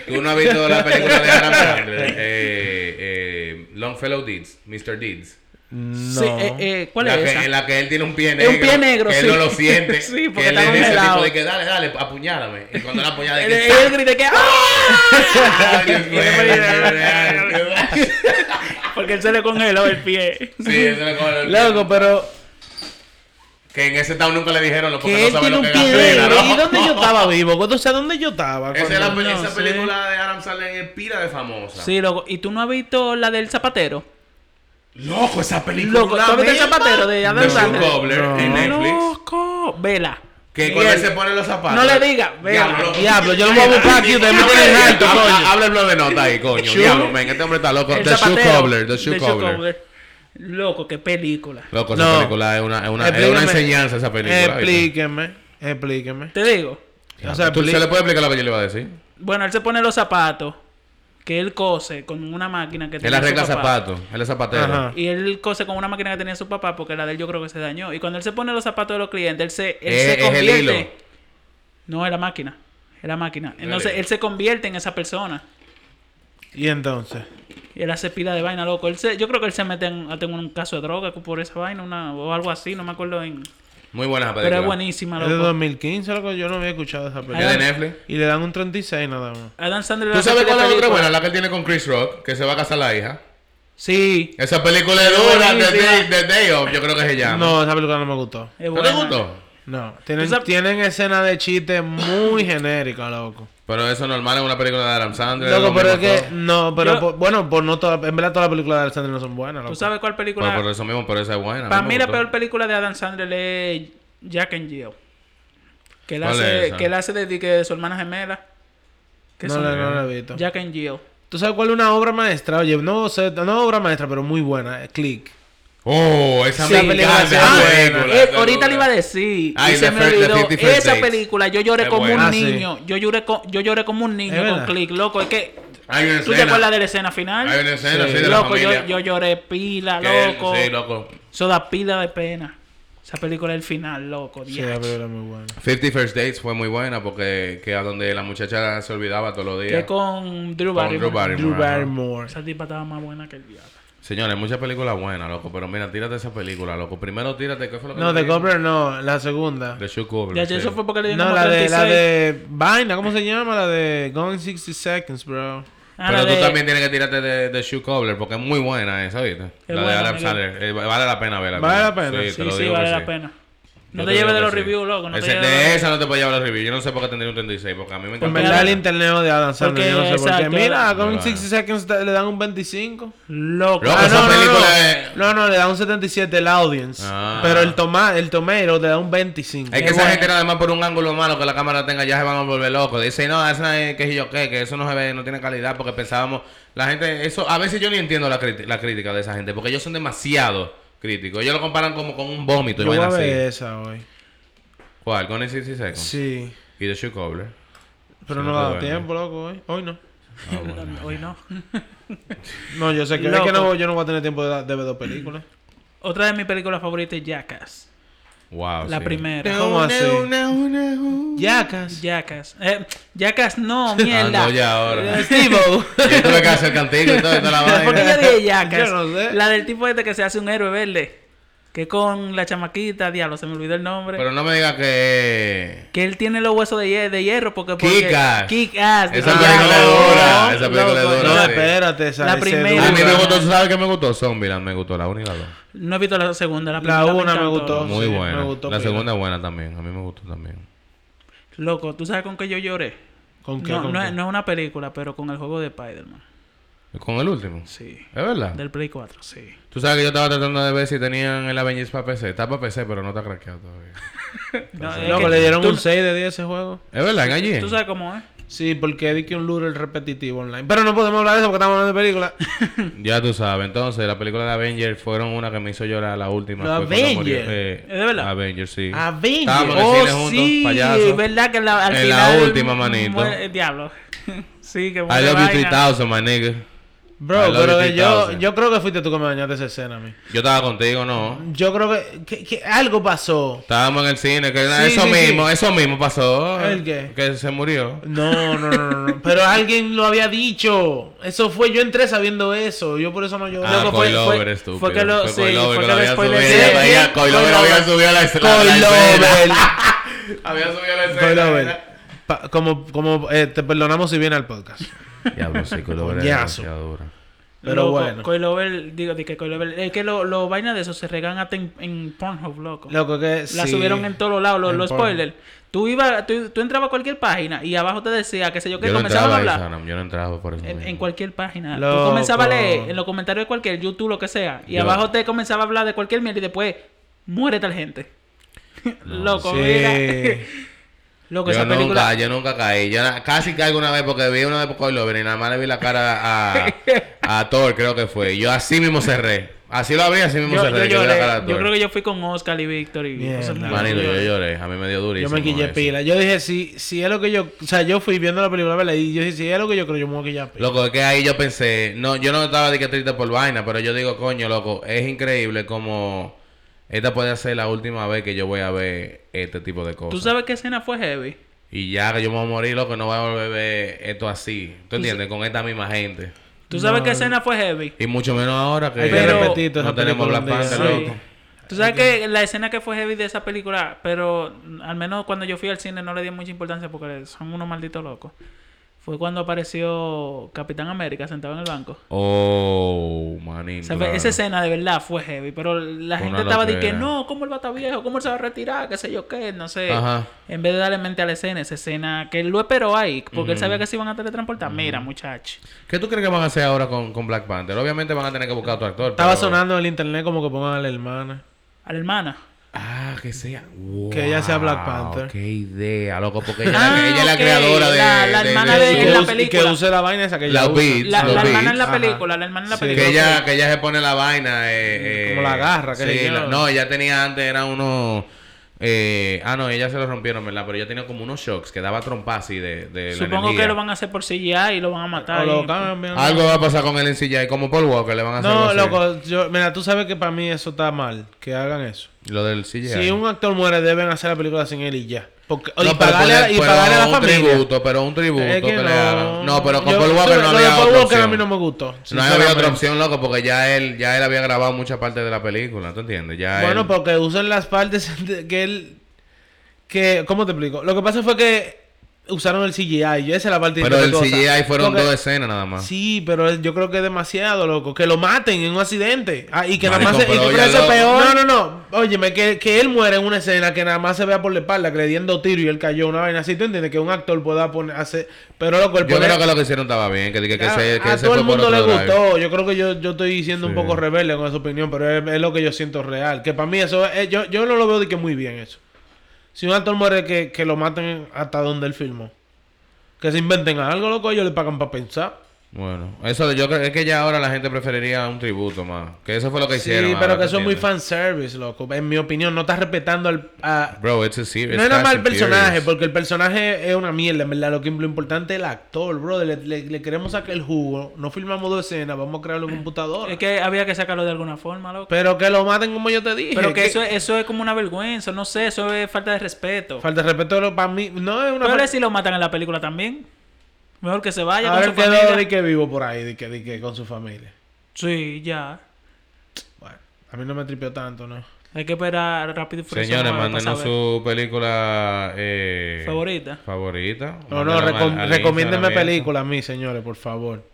Speaker 2: ¿Tú no has visto la película de Adam Sandler? Eh, eh, Longfellow Deeds, Mr. Deeds.
Speaker 3: No.
Speaker 1: Sí, eh, eh, ¿Cuál
Speaker 2: la
Speaker 1: es
Speaker 2: que,
Speaker 1: esa?
Speaker 2: En la que él tiene un pie
Speaker 1: Es
Speaker 2: negro.
Speaker 1: un pie negro,
Speaker 2: que
Speaker 1: sí.
Speaker 2: él no lo siente.
Speaker 1: Sí, porque
Speaker 2: que él
Speaker 1: está
Speaker 2: es de ese
Speaker 1: congelado.
Speaker 2: tipo de que dale, dale, apuñálame. Y cuando la apuñala, es
Speaker 1: Él,
Speaker 2: que...
Speaker 1: él grita eh, que ¡Ah!
Speaker 2: ¡Ah, Dios mío!
Speaker 1: Porque él se le congeló el pie.
Speaker 2: Sí, eso es como...
Speaker 3: Loco, pero.
Speaker 2: Que en ese town nunca le dijeron lo porque
Speaker 3: Que
Speaker 2: no
Speaker 3: él
Speaker 2: sabe
Speaker 3: tiene
Speaker 2: lo
Speaker 3: un
Speaker 2: que es
Speaker 3: pie
Speaker 2: gasolina,
Speaker 3: negro.
Speaker 2: ¿no?
Speaker 3: ¿Y dónde yo estaba vivo? O sea, ¿dónde yo estaba?
Speaker 2: Esa, es la-
Speaker 3: cuando-
Speaker 1: no
Speaker 2: esa
Speaker 1: sé.
Speaker 2: película de Adam Sandler es pila de famosa.
Speaker 1: Sí, loco. ¿Y tú no has visto la del zapatero?
Speaker 2: Loco, esa película.
Speaker 1: Loco, ¿tú has visto el
Speaker 2: misma?
Speaker 1: zapatero de Adam
Speaker 2: The Shoe
Speaker 1: Sandler?
Speaker 2: Cobbler
Speaker 3: No.
Speaker 2: en Netflix.
Speaker 1: Loco, vela.
Speaker 2: Que cuando él
Speaker 1: Bien.
Speaker 2: se pone los zapatos.
Speaker 1: No le diga, vea.
Speaker 2: Diablo.
Speaker 3: Diablo, yo lo voy a buscar aquí, ustedes me tienen alto,
Speaker 2: Habla-
Speaker 3: coño.
Speaker 2: Habla el nueve nota ahí, coño.
Speaker 1: Shoe-
Speaker 2: Diablo, men, este hombre está loco.
Speaker 1: El
Speaker 2: The Shoe
Speaker 1: zapatero,
Speaker 2: Cobbler, The Shoe Cobbler.
Speaker 1: Loco, qué película.
Speaker 2: Loco, esa
Speaker 3: No.
Speaker 2: película es una, es una, es una
Speaker 3: Explíqueme.
Speaker 2: enseñanza esa película. ¿viste?
Speaker 3: Explíqueme. Explíqueme.
Speaker 1: Te digo.
Speaker 3: O sea,
Speaker 2: ¿Tú
Speaker 3: explí-
Speaker 2: se le puede explicar lo que yo le iba a decir?
Speaker 1: Bueno, él se pone los zapatos que él cose con una máquina que
Speaker 2: Él
Speaker 1: tenía
Speaker 2: arregla
Speaker 1: su papá.
Speaker 2: zapatos, él es zapatero.
Speaker 3: Ajá.
Speaker 1: Y él cose con una máquina que tenía su papá porque la de él yo creo que se dañó. Y cuando él se pone los zapatos de los clientes, él se, él
Speaker 2: Es-
Speaker 1: se
Speaker 2: es el
Speaker 1: convierte.
Speaker 2: hilo.
Speaker 1: No, era máquina. Era máquina. Entonces
Speaker 2: Really?
Speaker 1: él se convierte en esa persona.
Speaker 3: Y entonces.
Speaker 1: Y él hace pila de vaina, loco. Él se, yo creo que él se mete en, hasta en un caso de droga por esa vaina una, o algo así, no me acuerdo. En...
Speaker 2: Muy buena esa película.
Speaker 1: Pero es buenísima,
Speaker 3: Es de
Speaker 1: loco.
Speaker 3: 2015, loco. Yo no había escuchado esa
Speaker 2: ¿Es de
Speaker 3: película.
Speaker 2: Netflix?
Speaker 3: Y le dan un 36 nada más.
Speaker 1: Adam Sandler
Speaker 2: ¿Tú
Speaker 1: hace
Speaker 2: sabes
Speaker 1: pila
Speaker 2: cuál
Speaker 1: de
Speaker 2: es la otra
Speaker 1: películas.
Speaker 2: buena? La que él tiene con Chris Rock, que se va a casar la hija.
Speaker 1: Sí,
Speaker 2: Esa película es
Speaker 1: Es
Speaker 2: dura, The
Speaker 1: buenísima.
Speaker 2: Day, The Day Of, yo creo que se llama.
Speaker 3: No, esa película no me gustó.
Speaker 1: es
Speaker 2: ¿No te
Speaker 1: buena.
Speaker 2: gustó?
Speaker 3: No. Tienen,
Speaker 1: ¿Tú sabes-
Speaker 3: tienen escenas de chiste muy genéricas, loco.
Speaker 2: Pero eso es normal en una película de Adam Sandler.
Speaker 3: Loco,
Speaker 2: algo
Speaker 3: pero es
Speaker 2: mismo
Speaker 3: que.
Speaker 2: todo.
Speaker 3: No, pero
Speaker 1: Yo-
Speaker 3: por- bueno, por no toda, en verdad todas las películas de Alexander no son buenas, loco.
Speaker 1: ¿Tú sabes cuál película?
Speaker 2: Pero por eso mismo, por esa es buena. a
Speaker 1: Para
Speaker 2: me
Speaker 1: mí la
Speaker 2: gustó.
Speaker 1: peor película de Adam Sandler es Jack and Jill. Que él
Speaker 2: ¿Cuál es
Speaker 1: hace,
Speaker 2: esa?
Speaker 1: que él hace de, de- que de su hermana gemela. Que
Speaker 3: No,
Speaker 1: son
Speaker 3: la- no la he visto.
Speaker 1: Jack and Jill.
Speaker 3: ¿Tú sabes cuál es una obra maestra? Oye, no sé, no obra maestra, pero muy buena. eh, Click.
Speaker 2: Oh, esa
Speaker 3: Sí,
Speaker 2: me
Speaker 3: la película
Speaker 2: encanta.
Speaker 3: se-
Speaker 2: esa
Speaker 3: Ah,
Speaker 2: película,
Speaker 1: Eh, ahorita
Speaker 2: esa película.
Speaker 1: le iba a decir.
Speaker 2: Ah,
Speaker 1: y
Speaker 2: y
Speaker 1: se
Speaker 2: The
Speaker 1: me
Speaker 2: Fir- The
Speaker 1: olvidó.
Speaker 2: Fifty First
Speaker 1: Esa
Speaker 2: Dates.
Speaker 1: película yo lloré
Speaker 2: Es
Speaker 1: como
Speaker 2: buena.
Speaker 1: un
Speaker 3: Ah, sí.
Speaker 1: niño. Yo lloré co- yo lloré como un niño
Speaker 3: Es
Speaker 1: con
Speaker 3: verdad.
Speaker 1: click, loco. Es que
Speaker 2: Hay una
Speaker 1: tú te acuerdas
Speaker 2: escena.
Speaker 1: de la escena final.
Speaker 2: Hay una escena, sí, de la
Speaker 1: loco, yo,
Speaker 2: familia.
Speaker 1: yo lloré pila,
Speaker 2: que él-
Speaker 1: loco.
Speaker 2: Sí, loco.
Speaker 1: Eso da pila de pena. Esa película es el final, loco.
Speaker 3: Sí,
Speaker 1: diache.
Speaker 3: la película es muy buena.
Speaker 2: Fifty First Dates fue muy buena porque que a donde la muchacha se olvidaba todos los
Speaker 1: que
Speaker 2: días.
Speaker 1: es con Drew
Speaker 2: Con
Speaker 1: Barrymore.
Speaker 2: Drew Barrymore.
Speaker 3: Drew
Speaker 2: ajá.
Speaker 3: Barrymore.
Speaker 1: Esa tipa estaba más buena que el diablo.
Speaker 2: Señores, muchas películas buenas, loco. Pero mira, tírate esa película, loco. Primero tírate, ¿qué fue lo que
Speaker 3: No,
Speaker 2: te
Speaker 3: The
Speaker 2: dije?
Speaker 3: Cobbler no, la segunda.
Speaker 2: The Shoe Cobbler,
Speaker 1: Ya,
Speaker 2: sí.
Speaker 1: eso fue porque le dieron
Speaker 3: No,
Speaker 1: como
Speaker 3: la de, la
Speaker 1: 36.
Speaker 3: de Vaina, ¿cómo se llama? La de Gone in 60 Seconds, bro.
Speaker 1: Ah,
Speaker 2: Pero
Speaker 1: la
Speaker 2: tú
Speaker 1: de-
Speaker 2: también tienes que tirarte de, de Shoe Cobbler porque es muy buena esa, ¿viste? La de
Speaker 1: buena,
Speaker 2: Adam
Speaker 1: Miguel.
Speaker 2: Sandler. Eh, vale la pena verla.
Speaker 3: Vale
Speaker 2: coño.
Speaker 3: la pena.
Speaker 2: Sí, te
Speaker 1: Sí,
Speaker 2: lo
Speaker 1: sí,
Speaker 2: digo que
Speaker 1: vale
Speaker 2: sí.
Speaker 1: la pena. No
Speaker 2: Yo
Speaker 1: te lleves
Speaker 2: digo
Speaker 1: de
Speaker 2: que
Speaker 1: los
Speaker 2: sí.
Speaker 1: reviews, loco. No
Speaker 2: Ese-
Speaker 1: te lleves de
Speaker 2: de
Speaker 1: los-
Speaker 2: esa no te puedes llevar los reviews. Yo no sé por qué tendría un 36, porque a mí me
Speaker 3: En
Speaker 2: encanta.
Speaker 3: verdad, Pues el
Speaker 1: la-
Speaker 3: internet de Adam Sandler,
Speaker 1: Porque,
Speaker 3: yo no sé por qué.
Speaker 1: exacto,
Speaker 3: Mira,
Speaker 1: la-
Speaker 3: Gone in
Speaker 2: Verdad.
Speaker 3: 60 Seconds te- le dan un 25.
Speaker 1: Loco.
Speaker 2: Loco,
Speaker 3: Ah,
Speaker 2: esa
Speaker 3: no, no, no,
Speaker 2: película
Speaker 3: no.
Speaker 2: es-
Speaker 3: No, no, le dan un 77 el audience.
Speaker 2: Ah.
Speaker 3: Pero el, toma, el tomero le da un 25.
Speaker 2: Es que
Speaker 1: Qué
Speaker 2: esa
Speaker 1: bueno.
Speaker 2: gente nada más por un ángulo malo que la cámara tenga ya se van a volver locos. Dicen, no, esa es que yo qué, que eso no se ve, no tiene calidad porque pensábamos, la gente, eso, a veces yo ni entiendo la, criti- la crítica de esa gente porque ellos son demasiado críticos. Ellos lo comparan como con un vómito y
Speaker 3: Yo voy a
Speaker 2: vainas así.
Speaker 3: ver esa hoy.
Speaker 2: ¿Cuál? ¿Con el 60 Seconds?
Speaker 3: Sí.
Speaker 2: ¿Y The Shoe Cobbler?
Speaker 3: Pero
Speaker 2: Oh. Sí,
Speaker 3: no
Speaker 2: no
Speaker 3: da
Speaker 2: duerme.
Speaker 3: tiempo, loco, hoy. Hoy no.
Speaker 2: Ah, bueno.
Speaker 1: Hoy no.
Speaker 3: No, yo sé que, es
Speaker 1: Loco.
Speaker 3: que no, yo no voy a tener tiempo de, da- de ver dos películas.
Speaker 1: Otra de mis películas favoritas es Jackass.
Speaker 2: Wow,
Speaker 1: La
Speaker 2: sí.
Speaker 1: primera.
Speaker 3: ¿Cómo así?
Speaker 2: Ya.
Speaker 3: Yacas.
Speaker 1: Jackass. Eh, Jackass, no,
Speaker 2: Ando
Speaker 1: mierda.
Speaker 2: Ah,
Speaker 1: Eh,
Speaker 2: ya ahora.
Speaker 3: Steve-O.
Speaker 2: Yo tuve que hacer cantico y todo, y toda la
Speaker 1: ¿Por qué
Speaker 2: vaina.
Speaker 1: yo dije Jackass?
Speaker 3: Yo no sé.
Speaker 1: La del tipo este que se hace un héroe verde. Que con la chamaquita, diablo, se me olvidó el nombre.
Speaker 2: Pero no me digas que...
Speaker 1: Que él tiene los huesos de, hie- de hierro porque... porque
Speaker 2: Kick-Ass.
Speaker 1: Kick-Ass,
Speaker 2: Esa
Speaker 1: diablo.
Speaker 2: película es dura.
Speaker 3: no,
Speaker 2: Esa película es
Speaker 1: loco,
Speaker 2: dura.
Speaker 3: No,
Speaker 2: sí.
Speaker 3: espérate, esa
Speaker 1: La
Speaker 3: esa es
Speaker 1: primera.
Speaker 2: A
Speaker 3: dura.
Speaker 2: mí me
Speaker 1: Bueno.
Speaker 2: gustó, ¿tú ¿sabes qué me gustó? Zombieland me gustó, la 1 y la 2.
Speaker 1: No he visto la segunda, la
Speaker 3: La
Speaker 1: primera.
Speaker 3: una me
Speaker 1: encantó.
Speaker 3: gustó.
Speaker 2: Muy
Speaker 3: sí,
Speaker 2: buena.
Speaker 3: Me gustó
Speaker 2: la
Speaker 3: pila.
Speaker 2: segunda buena también, a mí me gustó también.
Speaker 1: Loco, ¿tú sabes con qué yo lloré?
Speaker 3: ¿Con qué?
Speaker 1: No,
Speaker 3: con
Speaker 1: no,
Speaker 3: qué?
Speaker 1: es- no es una película, pero con el juego de Spider-Man.
Speaker 2: Con el último.
Speaker 1: Sí.
Speaker 2: ¿Es verdad?
Speaker 1: Del Play 4, sí.
Speaker 2: Tú sabes que yo estaba tratando de ver si tenían el Avengers para PC. Está para PC, pero no está craqueado todavía.
Speaker 1: No, Ah, es
Speaker 3: Loco,
Speaker 1: que
Speaker 3: le dieron
Speaker 1: tú-
Speaker 3: un 6 de 10 a ese juego.
Speaker 2: ¿Es verdad? ¿En allí?
Speaker 1: ¿Tú sabes cómo es?
Speaker 3: Sí, porque di que un lure el repetitivo online. Pero no podemos hablar de eso porque estamos hablando de películas.
Speaker 2: Ya tú sabes. Entonces, las películas de Avengers fueron una que me hizo llorar la última.
Speaker 3: Los
Speaker 2: fue cuando
Speaker 3: Avengers.
Speaker 2: murió, eh,
Speaker 1: ¿Es de verdad?
Speaker 2: Avengers, sí.
Speaker 3: Avengers.
Speaker 2: Estábamos en el cine
Speaker 1: Oh,
Speaker 2: juntos,
Speaker 1: sí,
Speaker 2: payaso.
Speaker 1: verdad que la, al
Speaker 2: En la
Speaker 1: final...
Speaker 2: última, manito.
Speaker 1: muere- diablo. sí, que
Speaker 2: I
Speaker 1: muere
Speaker 2: love you
Speaker 1: vaina.
Speaker 2: 3000, my nigga. I
Speaker 3: Bro,
Speaker 2: love
Speaker 3: pero
Speaker 2: you
Speaker 3: que yo,
Speaker 2: 3000.
Speaker 3: yo creo que fuiste tú que me dañaste esa escena a mí.
Speaker 2: Yo estaba contigo, ¿no?
Speaker 3: Yo creo que, que, que algo pasó.
Speaker 2: Estábamos en el cine. Que
Speaker 3: Sí,
Speaker 2: eso
Speaker 3: sí,
Speaker 2: mismo, eso mismo pasó.
Speaker 3: ¿El qué?
Speaker 2: Que se murió.
Speaker 3: No, no, no, no, no. Pero alguien lo había dicho. Eso fue, yo entré sabiendo eso. Yo por eso no lloré.
Speaker 2: Ah,
Speaker 1: Loco, fue-
Speaker 2: Coilover,
Speaker 1: fue-
Speaker 2: estúpido.
Speaker 1: fue que lo- sí, fue
Speaker 2: Coilover que
Speaker 1: que
Speaker 2: lo
Speaker 1: lo
Speaker 2: había subido.
Speaker 1: spoileé.
Speaker 2: ya veía-
Speaker 1: Sí,
Speaker 2: Coilover había
Speaker 1: Coilover.
Speaker 2: subido a la escena.
Speaker 3: Coilover.
Speaker 2: Había subido a la escena.
Speaker 3: Coilover. Pa- como como eh, te perdonamos si viene al podcast.
Speaker 2: Diablo, sí, Coilover era
Speaker 3: Coñazo.
Speaker 2: demasiado dura.
Speaker 3: Pero
Speaker 1: Loco,
Speaker 3: bueno.
Speaker 1: Coilover, digo, di que Coilover... Es que los lo vainas de eso se regan hasta en, en Pornhub, loco.
Speaker 3: Loco que
Speaker 1: La
Speaker 3: sí.
Speaker 1: subieron en todos lados, los,
Speaker 3: En
Speaker 1: los
Speaker 3: Pornhub.
Speaker 1: spoilers. Tú, ibas, tú, tú entrabas a cualquier página y abajo te decía, qué sé yo, que
Speaker 2: Yo no
Speaker 1: comenzaban
Speaker 2: entraba
Speaker 1: a
Speaker 2: ahí,
Speaker 1: hablar.
Speaker 2: Sanam, Yo no entraba por eso.
Speaker 1: En,
Speaker 2: mismo.
Speaker 1: en cualquier página.
Speaker 3: Loco.
Speaker 1: Tú comenzabas a leer en los comentarios de cualquier YouTube, lo que sea. Y
Speaker 2: Yo-
Speaker 1: abajo te comenzaba a hablar de cualquier mierda y después muere tal gente. Loco,
Speaker 3: Sí. Eh,
Speaker 1: mira. Loco,
Speaker 2: Yo
Speaker 1: esa
Speaker 2: nunca,
Speaker 1: película.
Speaker 2: yo nunca caí. Yo na- casi caigo una vez porque vi una vez por Coilover y nada más le vi la cara a, a Thor, creo que fue. Yo así mismo cerré. Así lo abrí, así mismo
Speaker 1: Yo, yo
Speaker 2: cerré. que vi la
Speaker 1: lloré.
Speaker 2: cara a
Speaker 1: Yo
Speaker 2: Thor.
Speaker 1: creo que yo fui con Oscar y Víctor y
Speaker 3: Mierda.
Speaker 1: cosas así.
Speaker 2: Manito, yo lloré. A mí me dio
Speaker 3: Yo
Speaker 2: durísimo.
Speaker 3: me quillé
Speaker 2: eso.
Speaker 3: pila. Yo dije, si, si es lo que yo. O sea, yo fui viendo la película, ¿verdad? Y yo dije, si es lo que yo creo, yo me voy a quillar pila.
Speaker 2: Loco, es que ahí yo pensé, no, yo no estaba de que triste por vaina, pero yo digo, coño, loco, es increíble como esta puede ser la última vez que yo voy a ver este tipo de cosas.
Speaker 1: Tú sabes qué escena fue heavy.
Speaker 2: Y ya que yo me voy a morir, loco, no voy a volver a ver esto así. ¿Tú entiendes? Con esta misma gente.
Speaker 1: Tú sabes
Speaker 3: No.
Speaker 1: qué escena fue heavy.
Speaker 2: Y mucho menos ahora que,
Speaker 3: Hay que
Speaker 1: Pero-
Speaker 3: repetir toda
Speaker 2: no
Speaker 3: esa
Speaker 2: tenemos
Speaker 3: película
Speaker 2: Black
Speaker 3: un día.
Speaker 2: Panther,
Speaker 1: Sí.
Speaker 2: loco.
Speaker 1: Tú sabes que la escena que fue heavy de esa película, pero al menos cuando yo fui al cine no le di mucha importancia porque son unos malditos locos. Fue cuando apareció Capitán América sentado en el banco.
Speaker 2: Oh,
Speaker 1: O
Speaker 2: manín.
Speaker 1: sea,
Speaker 2: claro.
Speaker 1: Esa escena de verdad fue heavy, pero la
Speaker 2: Fue
Speaker 1: gente
Speaker 2: una
Speaker 1: estaba de que
Speaker 2: loquera.
Speaker 1: no, ¿cómo él va a estar viejo? ¿Cómo él se va a retirar? ¿Qué sé yo qué? No sé.
Speaker 2: Ajá.
Speaker 1: En vez de darle mente a la escena, esa escena que él lo esperó ahí, porque él sabía que se iban a teletransportar. Mira, muchacho.
Speaker 2: ¿Qué tú crees que van a hacer ahora con, con Black Panther? Obviamente van a tener que buscar a otro actor.
Speaker 3: Estaba
Speaker 2: pero-
Speaker 3: sonando en el internet como que pongan a la hermana.
Speaker 1: A la hermana.
Speaker 2: Ah, que sea.
Speaker 3: Que ella sea Black
Speaker 2: Wow,
Speaker 3: Panther.
Speaker 2: Qué idea, loco, porque ella,
Speaker 1: Ah,
Speaker 2: ella es la
Speaker 1: ok,
Speaker 2: creadora de.
Speaker 1: la- la
Speaker 2: de-
Speaker 1: hermana
Speaker 2: de-
Speaker 1: de-
Speaker 3: y,
Speaker 1: en la
Speaker 3: que use, y que
Speaker 1: película.
Speaker 3: use la vaina esa que ella
Speaker 2: La
Speaker 3: usa.
Speaker 2: beat.
Speaker 1: La,
Speaker 2: Los
Speaker 1: la hermana en la
Speaker 3: Beats, ajá.
Speaker 1: película, la hermana en la
Speaker 3: Sí.
Speaker 1: película.
Speaker 2: Que ella,
Speaker 1: ok.
Speaker 2: que ella se pone la vaina. eh,
Speaker 3: Como
Speaker 2: eh,
Speaker 3: la garra que
Speaker 2: sí,
Speaker 3: le
Speaker 2: la-
Speaker 3: lleva.
Speaker 2: No, ella tenía antes, era uno. eh, ah, no, ella se lo rompieron, ¿verdad? Pero ella tenía como unos shocks que daba trompa así de, de la
Speaker 1: Supongo
Speaker 2: energía.
Speaker 1: que lo van a hacer por CGI y lo van a matar.
Speaker 3: O lo
Speaker 1: y-
Speaker 3: cambian.
Speaker 2: Algo va a pasar con él en silla y como Paul Walker le van a hacer. algo
Speaker 3: No,
Speaker 2: así.
Speaker 3: loco, yo, mira, tú sabes que para mí eso está mal, que hagan eso.
Speaker 2: Lo del silla.
Speaker 3: Si un actor muere, deben hacer la película sin él y ya. Porque,
Speaker 2: No,
Speaker 3: y
Speaker 2: pero
Speaker 3: pagarle, a-
Speaker 2: puede-
Speaker 3: y
Speaker 2: pero
Speaker 3: pagarle a la
Speaker 2: un
Speaker 3: familia.
Speaker 2: tributo, pero un tributo
Speaker 3: Es
Speaker 2: que,
Speaker 3: que
Speaker 2: le
Speaker 3: no.
Speaker 2: hagan. No, pero con
Speaker 3: Yo-
Speaker 2: Paul
Speaker 3: tú
Speaker 2: Walker
Speaker 3: ves,
Speaker 2: no
Speaker 3: lo de
Speaker 2: había
Speaker 3: Paul
Speaker 2: otra
Speaker 3: Walker a mí
Speaker 2: opción.
Speaker 3: no me gustó.
Speaker 2: No había otra
Speaker 3: sinceramente.
Speaker 2: opción, loco, porque ya él, ya él había grabado mucha parte de la película, ¿tú entiendes? Ya
Speaker 3: Bueno,
Speaker 2: él-
Speaker 3: porque usan las partes de- que él... Que, ¿Cómo te explico? Lo que pasa fue que usaron el CGI. Yo esa es la parte
Speaker 2: pero el
Speaker 3: irrespetuosa.
Speaker 2: CGI fueron
Speaker 3: Porque-
Speaker 2: dos escenas nada más.
Speaker 3: Sí, pero es- yo creo que es demasiado, loco. Que lo maten en un accidente. Ah, y que nada más
Speaker 2: Marico,
Speaker 3: se... y
Speaker 2: pero
Speaker 3: que
Speaker 2: ya
Speaker 3: eso
Speaker 2: lo-
Speaker 3: peor. No, no, no. Óyeme, que, que él muere en una escena que nada más se vea por la espalda, que le dieron dos tiros y él cayó una vaina así. ¿Tú entiendes? Que un actor pueda poner... Hacer... Pero, loco, el
Speaker 2: Yo
Speaker 3: poder-
Speaker 2: creo que lo que hicieron estaba bien, que, que, que
Speaker 3: a,
Speaker 2: se, que
Speaker 3: Ah, a
Speaker 2: se
Speaker 3: todo
Speaker 2: fue
Speaker 3: el
Speaker 2: por
Speaker 3: mundo le
Speaker 2: otro drive.
Speaker 3: gustó. Yo creo que yo, yo estoy siendo un
Speaker 2: Sí.
Speaker 3: poco rebelde con esa opinión, pero es, es lo que yo siento real. Que para mí eso es- yo, yo no lo veo de que muy bien eso. Si un actor muere, que, que lo maten hasta donde él filmó. Que se inventen algo, loco, ellos le pagan para pensar.
Speaker 2: Bueno, eso yo creo es que ya ahora la gente preferiría un tributo más. Que eso fue lo que
Speaker 3: Sí,
Speaker 2: hicieron.
Speaker 3: pero
Speaker 2: ahora,
Speaker 3: que
Speaker 2: ¿tú
Speaker 3: eso es muy
Speaker 2: entiendes?
Speaker 3: fanservice, loco. En mi opinión, no estás respetando al... a-
Speaker 2: Bro, it's a serious.
Speaker 3: No es nada más el personaje, porque el personaje es una mierda, en verdad. Lo, que, lo importante es el actor, brother. Le, le- le queremos sacar el jugo. No filmamos dos escenas, vamos a crearlo en computadora.
Speaker 1: Es que había que sacarlo de alguna forma, loco.
Speaker 3: Pero que lo maten como yo te dije.
Speaker 1: Pero que eso, es- eso es como una vergüenza, no sé, eso es falta de respeto.
Speaker 3: Falta de respeto lo- para mí. No es una
Speaker 1: Pero
Speaker 3: falta-
Speaker 1: si lo matan en la película también. Mejor que se vaya
Speaker 3: Ahora
Speaker 1: con su
Speaker 3: quedó
Speaker 1: familia.
Speaker 3: de que vivo por ahí, de que, de que con su familia.
Speaker 1: Sí, ya.
Speaker 3: Bueno, a mí no me tripió tanto, ¿no?
Speaker 1: Hay que esperar rápido y Furioso
Speaker 2: Señores,
Speaker 1: nueve para
Speaker 2: mándenos
Speaker 1: saber.
Speaker 2: su película eh,
Speaker 1: favorita.
Speaker 2: favorita.
Speaker 3: No, no,
Speaker 2: Mándenos al-
Speaker 3: recom-
Speaker 2: al
Speaker 3: recomiéndeme
Speaker 2: Instagram.
Speaker 3: película a mí, señores, por favor.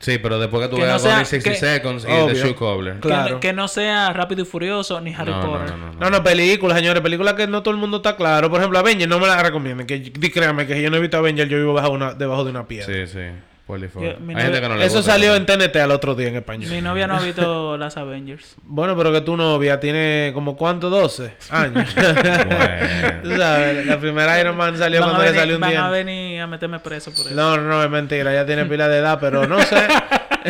Speaker 2: Sí, pero después que tú
Speaker 1: Que
Speaker 2: veas
Speaker 1: no sea-
Speaker 2: Gone in 60
Speaker 1: que-
Speaker 2: Seconds y
Speaker 3: Obvio.
Speaker 2: The Shoe Cobbler.
Speaker 1: Que-
Speaker 3: Claro.
Speaker 1: Que, no sea Rápido y Furioso ni Harry
Speaker 2: No, no,
Speaker 1: Potter.
Speaker 2: no, no, no.
Speaker 3: No, no, películas, señores, películas que no todo el mundo está claro. Por ejemplo, Avenger, no me la recomienden. Que, di- créanme que si yo no he visto Avenger, yo vivo bajo una, debajo de una piedra.
Speaker 2: Sí, sí. Polifón.
Speaker 1: Yo-
Speaker 2: Hay
Speaker 1: mi
Speaker 2: gente
Speaker 1: novia-
Speaker 2: que no le
Speaker 3: Eso
Speaker 2: gusta,
Speaker 3: salió
Speaker 2: ¿no?
Speaker 3: en TNT al otro día en español.
Speaker 1: Mi novia no ha visto las Avengers.
Speaker 3: Bueno, pero que tu novia tiene como cuánto, 12 años.
Speaker 2: Bueno.
Speaker 3: Tú sabes, la primera Iron Man salió
Speaker 1: Van a
Speaker 3: cuando le salió
Speaker 1: venir,
Speaker 3: un
Speaker 1: van a
Speaker 3: día.
Speaker 1: venir a meterme preso por eso.
Speaker 3: No, no, no, es mentira, ella tiene pila de edad, pero no sé.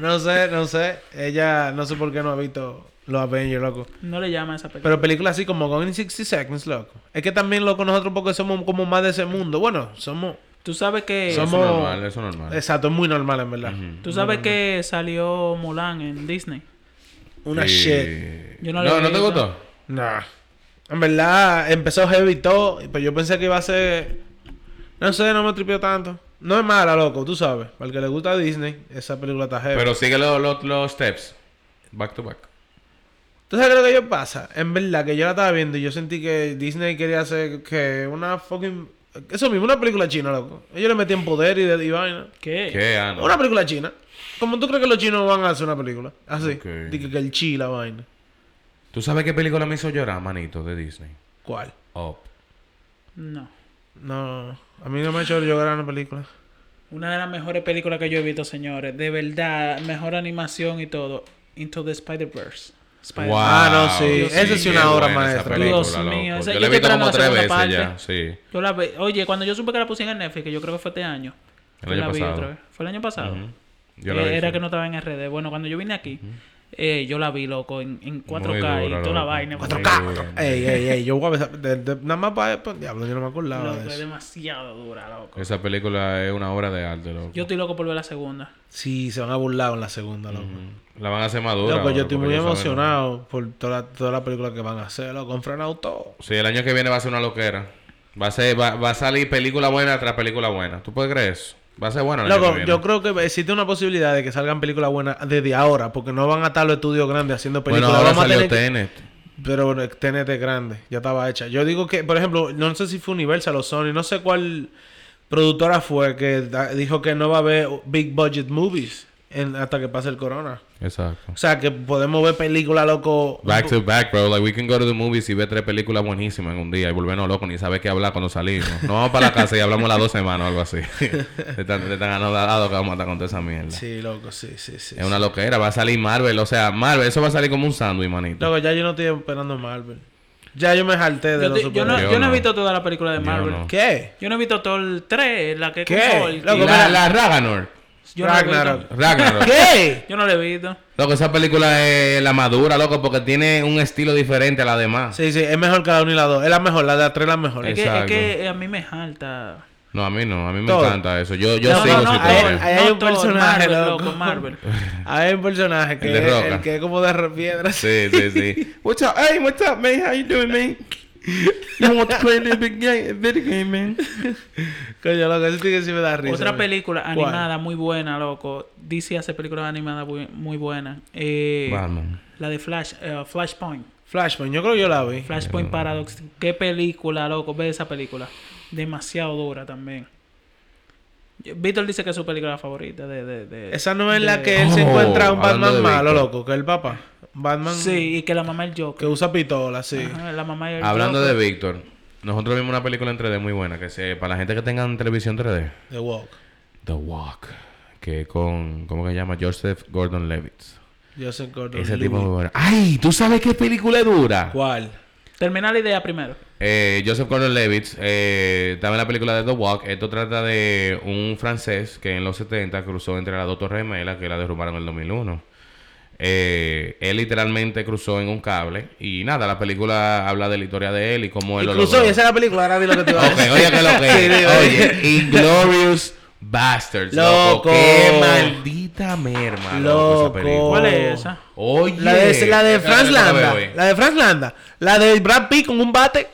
Speaker 3: no sé, no sé. Ella no sé por qué no ha visto los Avengers, loco.
Speaker 1: No le llama a esa película.
Speaker 3: Pero películas así como Gone in 60 Seconds, loco. Es que también, loco, nosotros porque somos como más de ese mundo. Bueno, somos...
Speaker 1: Tú sabes que...
Speaker 2: Eso es
Speaker 3: somos-
Speaker 2: normal, eso es normal.
Speaker 3: Exacto, es muy normal, en verdad.
Speaker 2: Ah. Ujú.
Speaker 1: Tú sabes que salió Mulan en Disney.
Speaker 3: Una
Speaker 2: Sí.
Speaker 3: shit.
Speaker 1: Yo no
Speaker 2: no,
Speaker 1: la
Speaker 2: no,
Speaker 1: he
Speaker 2: te
Speaker 1: visto.
Speaker 2: gustó?
Speaker 3: Nah. En verdad, empezó heavy todo, pero yo pensé que iba a ser... No sé, no me tripió tanto. No es mala, loco, tú sabes. Para el que le gusta Disney, esa película está heavy.
Speaker 2: Pero sigue los, los, los steps. Back to back.
Speaker 3: ¿Tú sabes qué es lo que yo pasa? En verdad, que yo la estaba viendo y yo sentí que Disney quería hacer que una fucking... Eso mismo, una película china, loco. Ellos le metían poder y, de, y vaina.
Speaker 1: ¿Qué?
Speaker 2: ¿Qué, ah, no.
Speaker 3: Una película china. ¿Cómo tú crees que los chinos van a hacer una película? Así.
Speaker 2: Ok.
Speaker 3: Dije que el chi, la vaina.
Speaker 2: ¿Tú sabes qué película me hizo llorar, manito, de Disney? Oh,
Speaker 3: ¿Cuál?
Speaker 2: Up.
Speaker 1: No.
Speaker 3: No, a mí no me ha hecho llorar una película.
Speaker 1: Una de las mejores películas que yo he visto, señores. De verdad, mejor animación y todo. Into the Spider-Verse. Spider-Man.
Speaker 3: Ah, no, sí.
Speaker 2: Dios,
Speaker 3: Esa es
Speaker 2: qué
Speaker 3: una obra
Speaker 2: buena esa
Speaker 3: maestra.
Speaker 2: película,
Speaker 1: Dios
Speaker 2: loco.
Speaker 1: mío, esa-
Speaker 2: Yo
Speaker 1: yo
Speaker 2: la he
Speaker 1: estoy
Speaker 2: visto como tres
Speaker 1: esperando
Speaker 2: veces
Speaker 1: la segunda
Speaker 2: ya. Sí.
Speaker 1: Yo la ve- Oye, cuando yo supe que la pusieron en Netflix, que yo creo que fue este año.
Speaker 2: El
Speaker 1: yo
Speaker 2: año
Speaker 1: la vi
Speaker 2: pasado.
Speaker 1: otra vez. ¿Fue el año pasado?
Speaker 2: Ujú. Yo la
Speaker 1: Eh,
Speaker 2: vi,
Speaker 1: Era
Speaker 2: sí.
Speaker 1: que no estaba en RD. Bueno, cuando yo vine aquí, eh, yo la vi, loco, en, en 4K y
Speaker 2: dura,
Speaker 1: toda
Speaker 2: loco.
Speaker 1: la vaina.
Speaker 2: 4K.
Speaker 3: Ey, ey, ey, yo voy a besar- de- de- Nada más para... diablo, yo no me acordaba
Speaker 1: Loco,
Speaker 3: de
Speaker 1: es
Speaker 3: eso.
Speaker 1: demasiado dura, loco.
Speaker 2: Esa película es una obra de arte, loco.
Speaker 1: Yo estoy loco por ver la segunda.
Speaker 3: Sí, se van a burlar en la segunda, loco.
Speaker 2: Ujú. La van a hacer madura.
Speaker 3: Loco,
Speaker 2: loco,
Speaker 3: yo estoy
Speaker 2: porque
Speaker 3: muy
Speaker 2: saben-
Speaker 3: emocionado por toda, toda la película que van a hacer, loco. Han frenado todo.
Speaker 2: Sí, el año que viene va a ser una loquera. Va a, ser, va, va a salir película buena tras película buena. ¿Tú puedes creer eso? Va a ser buena el año que
Speaker 3: Loco,
Speaker 2: viene.
Speaker 3: yo creo que existe una posibilidad de que salgan películas buenas desde ahora, porque no van a estar los estudios grandes haciendo
Speaker 2: Bueno,
Speaker 3: películas.
Speaker 2: ahora
Speaker 3: Vamos a
Speaker 2: salió
Speaker 3: tener que-
Speaker 2: Tenet.
Speaker 3: Pero bueno, TNT es grande, ya estaba hecha. Yo digo que, por ejemplo, no sé si fue Universal o Sony, no sé cuál productora fue que da- dijo que no va a haber big budget movies en- hasta que pase el corona.
Speaker 2: Exacto.
Speaker 3: O sea, que podemos ver películas, loco.
Speaker 2: Back to back, bro. Like, we can go to the movies y ver tres películas buenísimas en un día y volvernos locos ni saber qué hablar cuando salimos. No vamos para la casa y hablamos las dos semanas o algo así. de tan, de tan anodado que vamos a estar con toda esa mierda.
Speaker 3: Sí, loco, sí, sí, sí.
Speaker 2: Es una loquera. Va a salir Marvel. O sea, Marvel, eso va a salir como un sándwich,
Speaker 3: sí.
Speaker 2: manito.
Speaker 3: Loco, ya yo no estoy esperando Marvel. Ya yo me jalté de
Speaker 1: Yo,
Speaker 3: los
Speaker 1: te- yo no,
Speaker 3: superhéroes.
Speaker 2: Yo
Speaker 1: yo no he
Speaker 2: no.
Speaker 1: visto toda la película de
Speaker 2: Yo
Speaker 1: Marvel.
Speaker 2: no.
Speaker 3: ¿Qué?
Speaker 1: Yo no he visto todo el 3, la que
Speaker 3: ¿Qué?
Speaker 1: Hulk.
Speaker 3: Loco,
Speaker 2: La,
Speaker 3: mira.
Speaker 2: la Ragnarok.
Speaker 1: yo, no la he
Speaker 3: Ragnarok.
Speaker 1: visto.
Speaker 2: Ragnarok.
Speaker 3: ¿Qué?
Speaker 1: yo no la he visto.
Speaker 2: Loco, esa película es la madura, loco, porque tiene un estilo diferente a la demás.
Speaker 3: Sí, sí, es mejor que la 1 y la 2. Es la mejor, la de la 3 es la mejor.
Speaker 1: Es que, es
Speaker 2: Exacto.
Speaker 1: que a mí me jalta.
Speaker 2: No, a mí no. A mí me
Speaker 3: Todo.
Speaker 2: encanta eso. Yo, yo
Speaker 1: No,
Speaker 2: sigo
Speaker 1: no, no,
Speaker 2: su
Speaker 1: a él-
Speaker 2: historia.
Speaker 1: a él-
Speaker 3: Hay, hay
Speaker 1: No
Speaker 3: un
Speaker 1: todo,
Speaker 3: personaje,
Speaker 1: Marvel,
Speaker 3: loco.
Speaker 1: loco, Marvel.
Speaker 3: Hay un personaje que,
Speaker 2: El de
Speaker 3: es-
Speaker 2: Roca.
Speaker 3: el que es como de re- piedra. así.
Speaker 2: Sí, sí, sí. What's up? Hey, what's up, man? How you doing, man? You want to play this big game, video game, man?
Speaker 3: Coño, loco, eso sí que sí me da risa.
Speaker 1: Otra
Speaker 3: man.
Speaker 1: película
Speaker 3: ¿Cuál?
Speaker 1: animada muy buena, loco. DC hace películas animadas muy, muy buenas. Eh,
Speaker 2: Batman.
Speaker 1: La de Flash, eh, Flashpoint.
Speaker 3: Flashpoint, yo creo que yo la vi.
Speaker 1: Flashpoint Paradox. Qué película, loco. Ve esa película. Demasiado dura también. Víctor dice que es su película favorita de... de, de-
Speaker 3: Esa no es
Speaker 1: de-
Speaker 3: la que él se
Speaker 2: Oh,
Speaker 3: encuentra a un
Speaker 2: hablando de
Speaker 3: Batman malo,
Speaker 2: Víctor.
Speaker 3: loco, que es el papá. Batman
Speaker 1: Sí, y que la mamá es el
Speaker 3: que
Speaker 1: Joker.
Speaker 3: usa pistola, sí.
Speaker 1: Ajá, la mamá es el
Speaker 2: Hablando
Speaker 1: Joker.
Speaker 2: de Víctor, nosotros vimos una película en 3D muy buena que se, para la gente que tengan televisión 3D,
Speaker 3: The Walk.
Speaker 2: The Walk, que con, ¿cómo que se llama? Joseph Gordon-Levitt.
Speaker 3: Joseph Gordon.
Speaker 2: Ese tipo es muy bueno. ¡Ay! ¿Tú sabes qué película es dura?
Speaker 3: ¿Cuál?
Speaker 1: Termina la idea primero.
Speaker 2: Eh, Joseph Gordon-Levitt eh, estaba en la película de The Walk. Esto trata de un francés que en los 70 cruzó entre las dos torres gemelas que la derrumbaron en el 2001. Eh, él literalmente cruzó en un cable y nada, la película habla de la historia de él y cómo él lo
Speaker 3: Incluso, y
Speaker 2: logró.
Speaker 3: esa es la película, ahora di lo que te iba a
Speaker 2: Ok,
Speaker 3: decir.
Speaker 2: oye que lo
Speaker 3: Sí,
Speaker 2: que
Speaker 3: sí,
Speaker 2: Oye, Inglorious Bastards.
Speaker 3: Loco.
Speaker 2: Qué maldita merma. Loco. esa
Speaker 3: Loco.
Speaker 2: película.
Speaker 1: ¿Cuál es esa?
Speaker 2: Oye.
Speaker 3: La de, la de
Speaker 2: Esa
Speaker 3: Franz
Speaker 2: película la
Speaker 3: Landa.
Speaker 2: veo hoy.
Speaker 3: La de Franz Landa. La de Brad Pitt con un bate.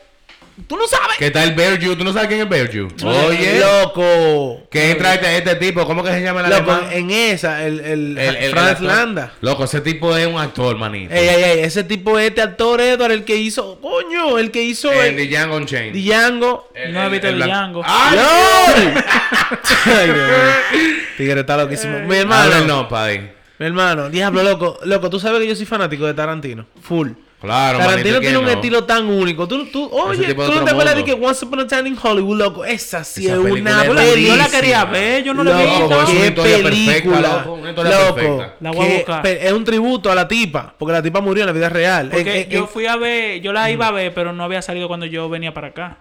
Speaker 3: Tú no sabes.
Speaker 2: Que está el Bear Jew. ¿Tú no sabes quién es Bear Jew? Oye.
Speaker 3: Loco.
Speaker 2: Que entra este, este tipo. ¿Cómo que se llama el
Speaker 3: Loco,
Speaker 2: alemán?
Speaker 3: en esa, el,
Speaker 2: El-
Speaker 3: el,
Speaker 2: el- el
Speaker 3: Franz
Speaker 2: actor.
Speaker 3: Landa.
Speaker 2: Loco, ese tipo es un actor, manito.
Speaker 3: Ey, ey, ey, ese tipo, este actor Edward, el que hizo, coño, el que hizo
Speaker 2: el
Speaker 3: el,
Speaker 2: de Django Unchained.
Speaker 3: Django.
Speaker 2: El-
Speaker 1: No he
Speaker 2: el-
Speaker 1: visto
Speaker 2: el blan-
Speaker 1: Django.
Speaker 2: ¡Ay!
Speaker 3: ¡Lol! Ay, Dios mío. Tigre está loquísimo. Mi
Speaker 2: Ábrelo,
Speaker 3: hermano,
Speaker 2: no, padre.
Speaker 3: mi hermano, diablo, loco, loco, tú sabes que yo soy fanático de Tarantino, full.
Speaker 2: Claro,
Speaker 3: Tarantino
Speaker 2: manito,
Speaker 3: tiene
Speaker 2: ¿qué
Speaker 3: un
Speaker 2: no?
Speaker 3: estilo tan único. Tú, tú, oye,
Speaker 2: tipo de
Speaker 3: tú no
Speaker 2: otro
Speaker 3: te acuerdas de
Speaker 2: mundo.
Speaker 3: que Once Upon a Time in Hollywood, loco. Esa sí
Speaker 2: Esa
Speaker 3: es
Speaker 2: película
Speaker 3: una
Speaker 2: es
Speaker 1: Yo la- Yo la
Speaker 2: buenísima.
Speaker 1: quería ver, yo no la vi.
Speaker 2: Loco,
Speaker 1: no.
Speaker 2: es una
Speaker 3: qué
Speaker 2: historia perfecta,
Speaker 3: película.
Speaker 2: loco, una historia perfecta.
Speaker 1: La voy a
Speaker 3: qué
Speaker 1: buscar.
Speaker 3: pe- es un tributo a la tipa, porque la tipa murió en la vida real. Eh,
Speaker 1: Porque
Speaker 3: En- Mm. en-
Speaker 1: yo
Speaker 3: en-
Speaker 1: fui a ver, yo la iba a ver, pero no había salido cuando yo venía para acá.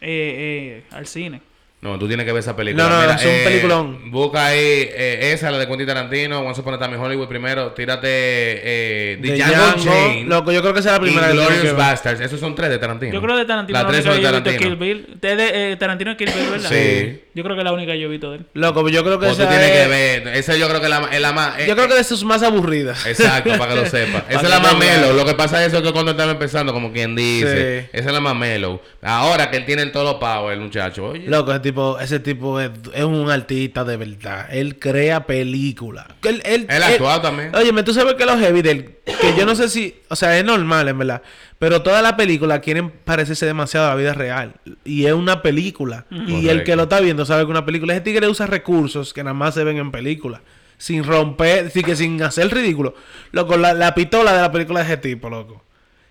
Speaker 1: Eh, eh, al cine.
Speaker 2: No, tú tienes que ver esa película.
Speaker 3: No, no, no,
Speaker 2: Mira, eh,
Speaker 3: es un peliculón.
Speaker 2: Busca ahí eh, esa, la de Quentin Tarantino, Once Upon a Time in Hollywood primero. Tírate eh, The
Speaker 3: de
Speaker 2: Django
Speaker 3: Django,
Speaker 2: Unchained
Speaker 3: Loco, yo creo que esa es la
Speaker 2: y
Speaker 3: primera que tengo que
Speaker 2: Glorious
Speaker 3: ver.
Speaker 2: Bastards. Esos son tres de Tarantino.
Speaker 1: Yo creo de Tarantino.
Speaker 2: Las
Speaker 1: la
Speaker 2: tres
Speaker 1: única
Speaker 2: son de
Speaker 1: que yo he visto es
Speaker 2: Tarantino.
Speaker 1: Kill Bill. De, de, eh, Tarantino es Kill Bill, ¿verdad?
Speaker 2: Sí.
Speaker 1: Yo creo que es la única que yo he visto de él.
Speaker 3: Loco, pues yo creo que
Speaker 2: O tú
Speaker 3: esa
Speaker 2: tienes
Speaker 3: es-
Speaker 2: que ver. Esa yo creo que es la, es la más. eh,
Speaker 3: Yo creo que de sus más aburridas.
Speaker 2: Exacto, para que lo sepa. Esa es
Speaker 3: que
Speaker 2: la más
Speaker 3: lo
Speaker 2: mellow.
Speaker 3: vea.
Speaker 2: Lo que pasa es eso que cuando estaba empezando, como quien dice.
Speaker 3: Sí.
Speaker 2: Esa es la más mellow. Ahora que él tiene todo lo power, el muchacho. Oye,
Speaker 3: Loco, ese tipo, ese tipo es, es un artista de verdad. Él crea películas. Él, él,
Speaker 2: Él ha actuado también.
Speaker 3: Oye, tú sabes que los heavy de él, que yo no sé si, o sea, es normal en verdad, pero todas las películas quieren parecerse demasiado a la vida real. Y es una película. Y el
Speaker 2: Correcto.
Speaker 3: que lo está viendo sabe que una película. Ese tigre usa recursos que nada más se ven en películas. Sin romper, sí que sin hacer el ridículo. Loco, la, la pistola de la película de ese tipo, loco.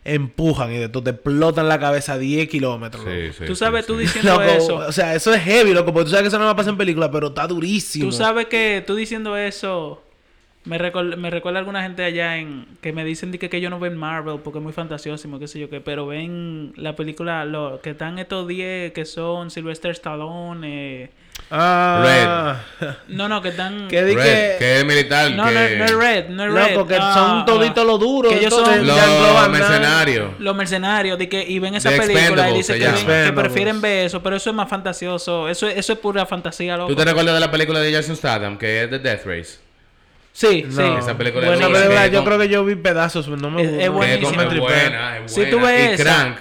Speaker 3: Empujan y de todo, te explotan la cabeza a 10 kilómetros. loco.
Speaker 2: Sí, sí,
Speaker 1: tú
Speaker 2: sí,
Speaker 1: sabes,
Speaker 2: sí.
Speaker 1: tú diciendo
Speaker 3: Loco,
Speaker 1: eso.
Speaker 3: o sea, eso es heavy, loco, porque tú sabes que eso no va a pasar en película, pero está durísimo.
Speaker 1: Tú sabes que tú diciendo eso me, recol- me recuerda a alguna gente allá en que me dicen de que, que yo no ven Marvel porque es muy fantasioso, qué sé yo qué, pero ven la película lo, que están estos 10 que son Sylvester Stallone. eh,
Speaker 3: Ah,
Speaker 1: no, no, que están
Speaker 3: que di
Speaker 2: Red, que...
Speaker 3: que-
Speaker 2: es militar.
Speaker 1: no, no,
Speaker 2: que...
Speaker 1: no es Red, no es Red.
Speaker 3: Loco, que
Speaker 1: ah,
Speaker 3: son toditos
Speaker 1: ah,
Speaker 3: los duros.
Speaker 1: que ellos son-
Speaker 2: Los
Speaker 3: Jean-Claude Van Damme.
Speaker 2: mercenarios.
Speaker 1: los mercenarios de que, y ven esa
Speaker 2: The
Speaker 1: película y
Speaker 2: Expendables
Speaker 1: dicen
Speaker 2: se
Speaker 1: que, ven-
Speaker 2: llama.
Speaker 1: que
Speaker 3: Expendables.
Speaker 1: prefieren ver eso, pero eso es más fantasioso, eso, es- eso es pura fantasía, loco.
Speaker 2: ¿Tú te recuerdas de la película de Jason Statham, que es The Death Race?
Speaker 1: Sí, sí.
Speaker 3: No.
Speaker 2: Esa película
Speaker 3: Esa
Speaker 2: es
Speaker 1: Buenísima.
Speaker 3: película
Speaker 2: que
Speaker 3: yo
Speaker 2: con-
Speaker 3: creo que yo vi pedazos, pues, no me
Speaker 1: Es-
Speaker 3: gustó.
Speaker 1: es
Speaker 3: no
Speaker 2: Que
Speaker 1: buenísima.
Speaker 2: como
Speaker 3: me
Speaker 2: es
Speaker 3: tripeó.
Speaker 2: buena, es buena.
Speaker 1: Si tú ves
Speaker 2: y
Speaker 1: esa-
Speaker 2: Crank.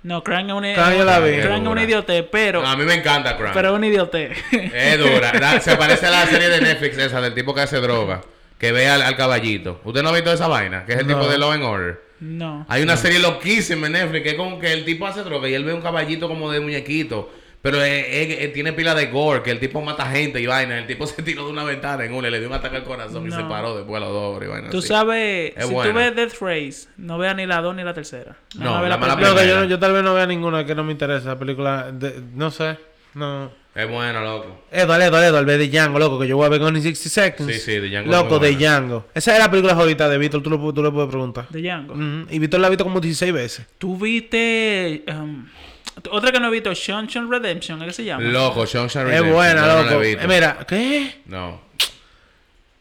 Speaker 1: No, Crank es un
Speaker 3: Crank yo la vi.
Speaker 1: Crank es un
Speaker 2: Dura.
Speaker 1: idiote, pero
Speaker 2: No, a mí me encanta Crank.
Speaker 1: pero es un idiote.
Speaker 2: Es dura. Da- se parece a la serie de Netflix esa del tipo que hace droga. Que ve al, al caballito. ¿Usted no ha visto esa vaina? Que es el
Speaker 3: No.
Speaker 2: tipo de Law and Order.
Speaker 1: No.
Speaker 2: Hay una serie loquísima en Netflix que es como que el tipo hace droga y él ve un caballito como de muñequito. Pero es- es- es- tiene pila de gore, que el tipo mata gente y vaina. El tipo se tiró de una ventana en una y le dio un ataque al corazón
Speaker 1: No.
Speaker 2: y se paró después a los dos. Y vaina
Speaker 1: Tú
Speaker 2: así.
Speaker 1: sabes,
Speaker 2: ah, Es
Speaker 1: si
Speaker 2: buena.
Speaker 1: tú ves Death Race, no veas ni la 2 ni la tercera.
Speaker 2: No,
Speaker 1: más ve
Speaker 2: la mala
Speaker 1: primera.
Speaker 3: Loco,
Speaker 2: primera.
Speaker 3: yo, no- yo tal vez no vea ninguna que no me interesa. La película, de- no sé. No.
Speaker 2: Es bueno, loco.
Speaker 3: Edward, Edward, Edward, ve de Django, loco, que yo voy a ver Only 60 Seconds.
Speaker 2: Sí, sí, The Django
Speaker 3: Loco,
Speaker 2: es muy
Speaker 3: de
Speaker 2: buena.
Speaker 3: Django. Esa es la película favorita de Víctor, tú, lo pu- tú le puedes preguntar.
Speaker 1: De Django.
Speaker 3: Ujú, Y Víctor la ha visto como 16 veces.
Speaker 1: Tú viste em, otra que no he visto, Shun Shun Redemption, ¿qué se llama?
Speaker 2: Loco, Sean Sharon.
Speaker 3: Es buena, loco. Eh, Mira, ¿qué?
Speaker 2: No.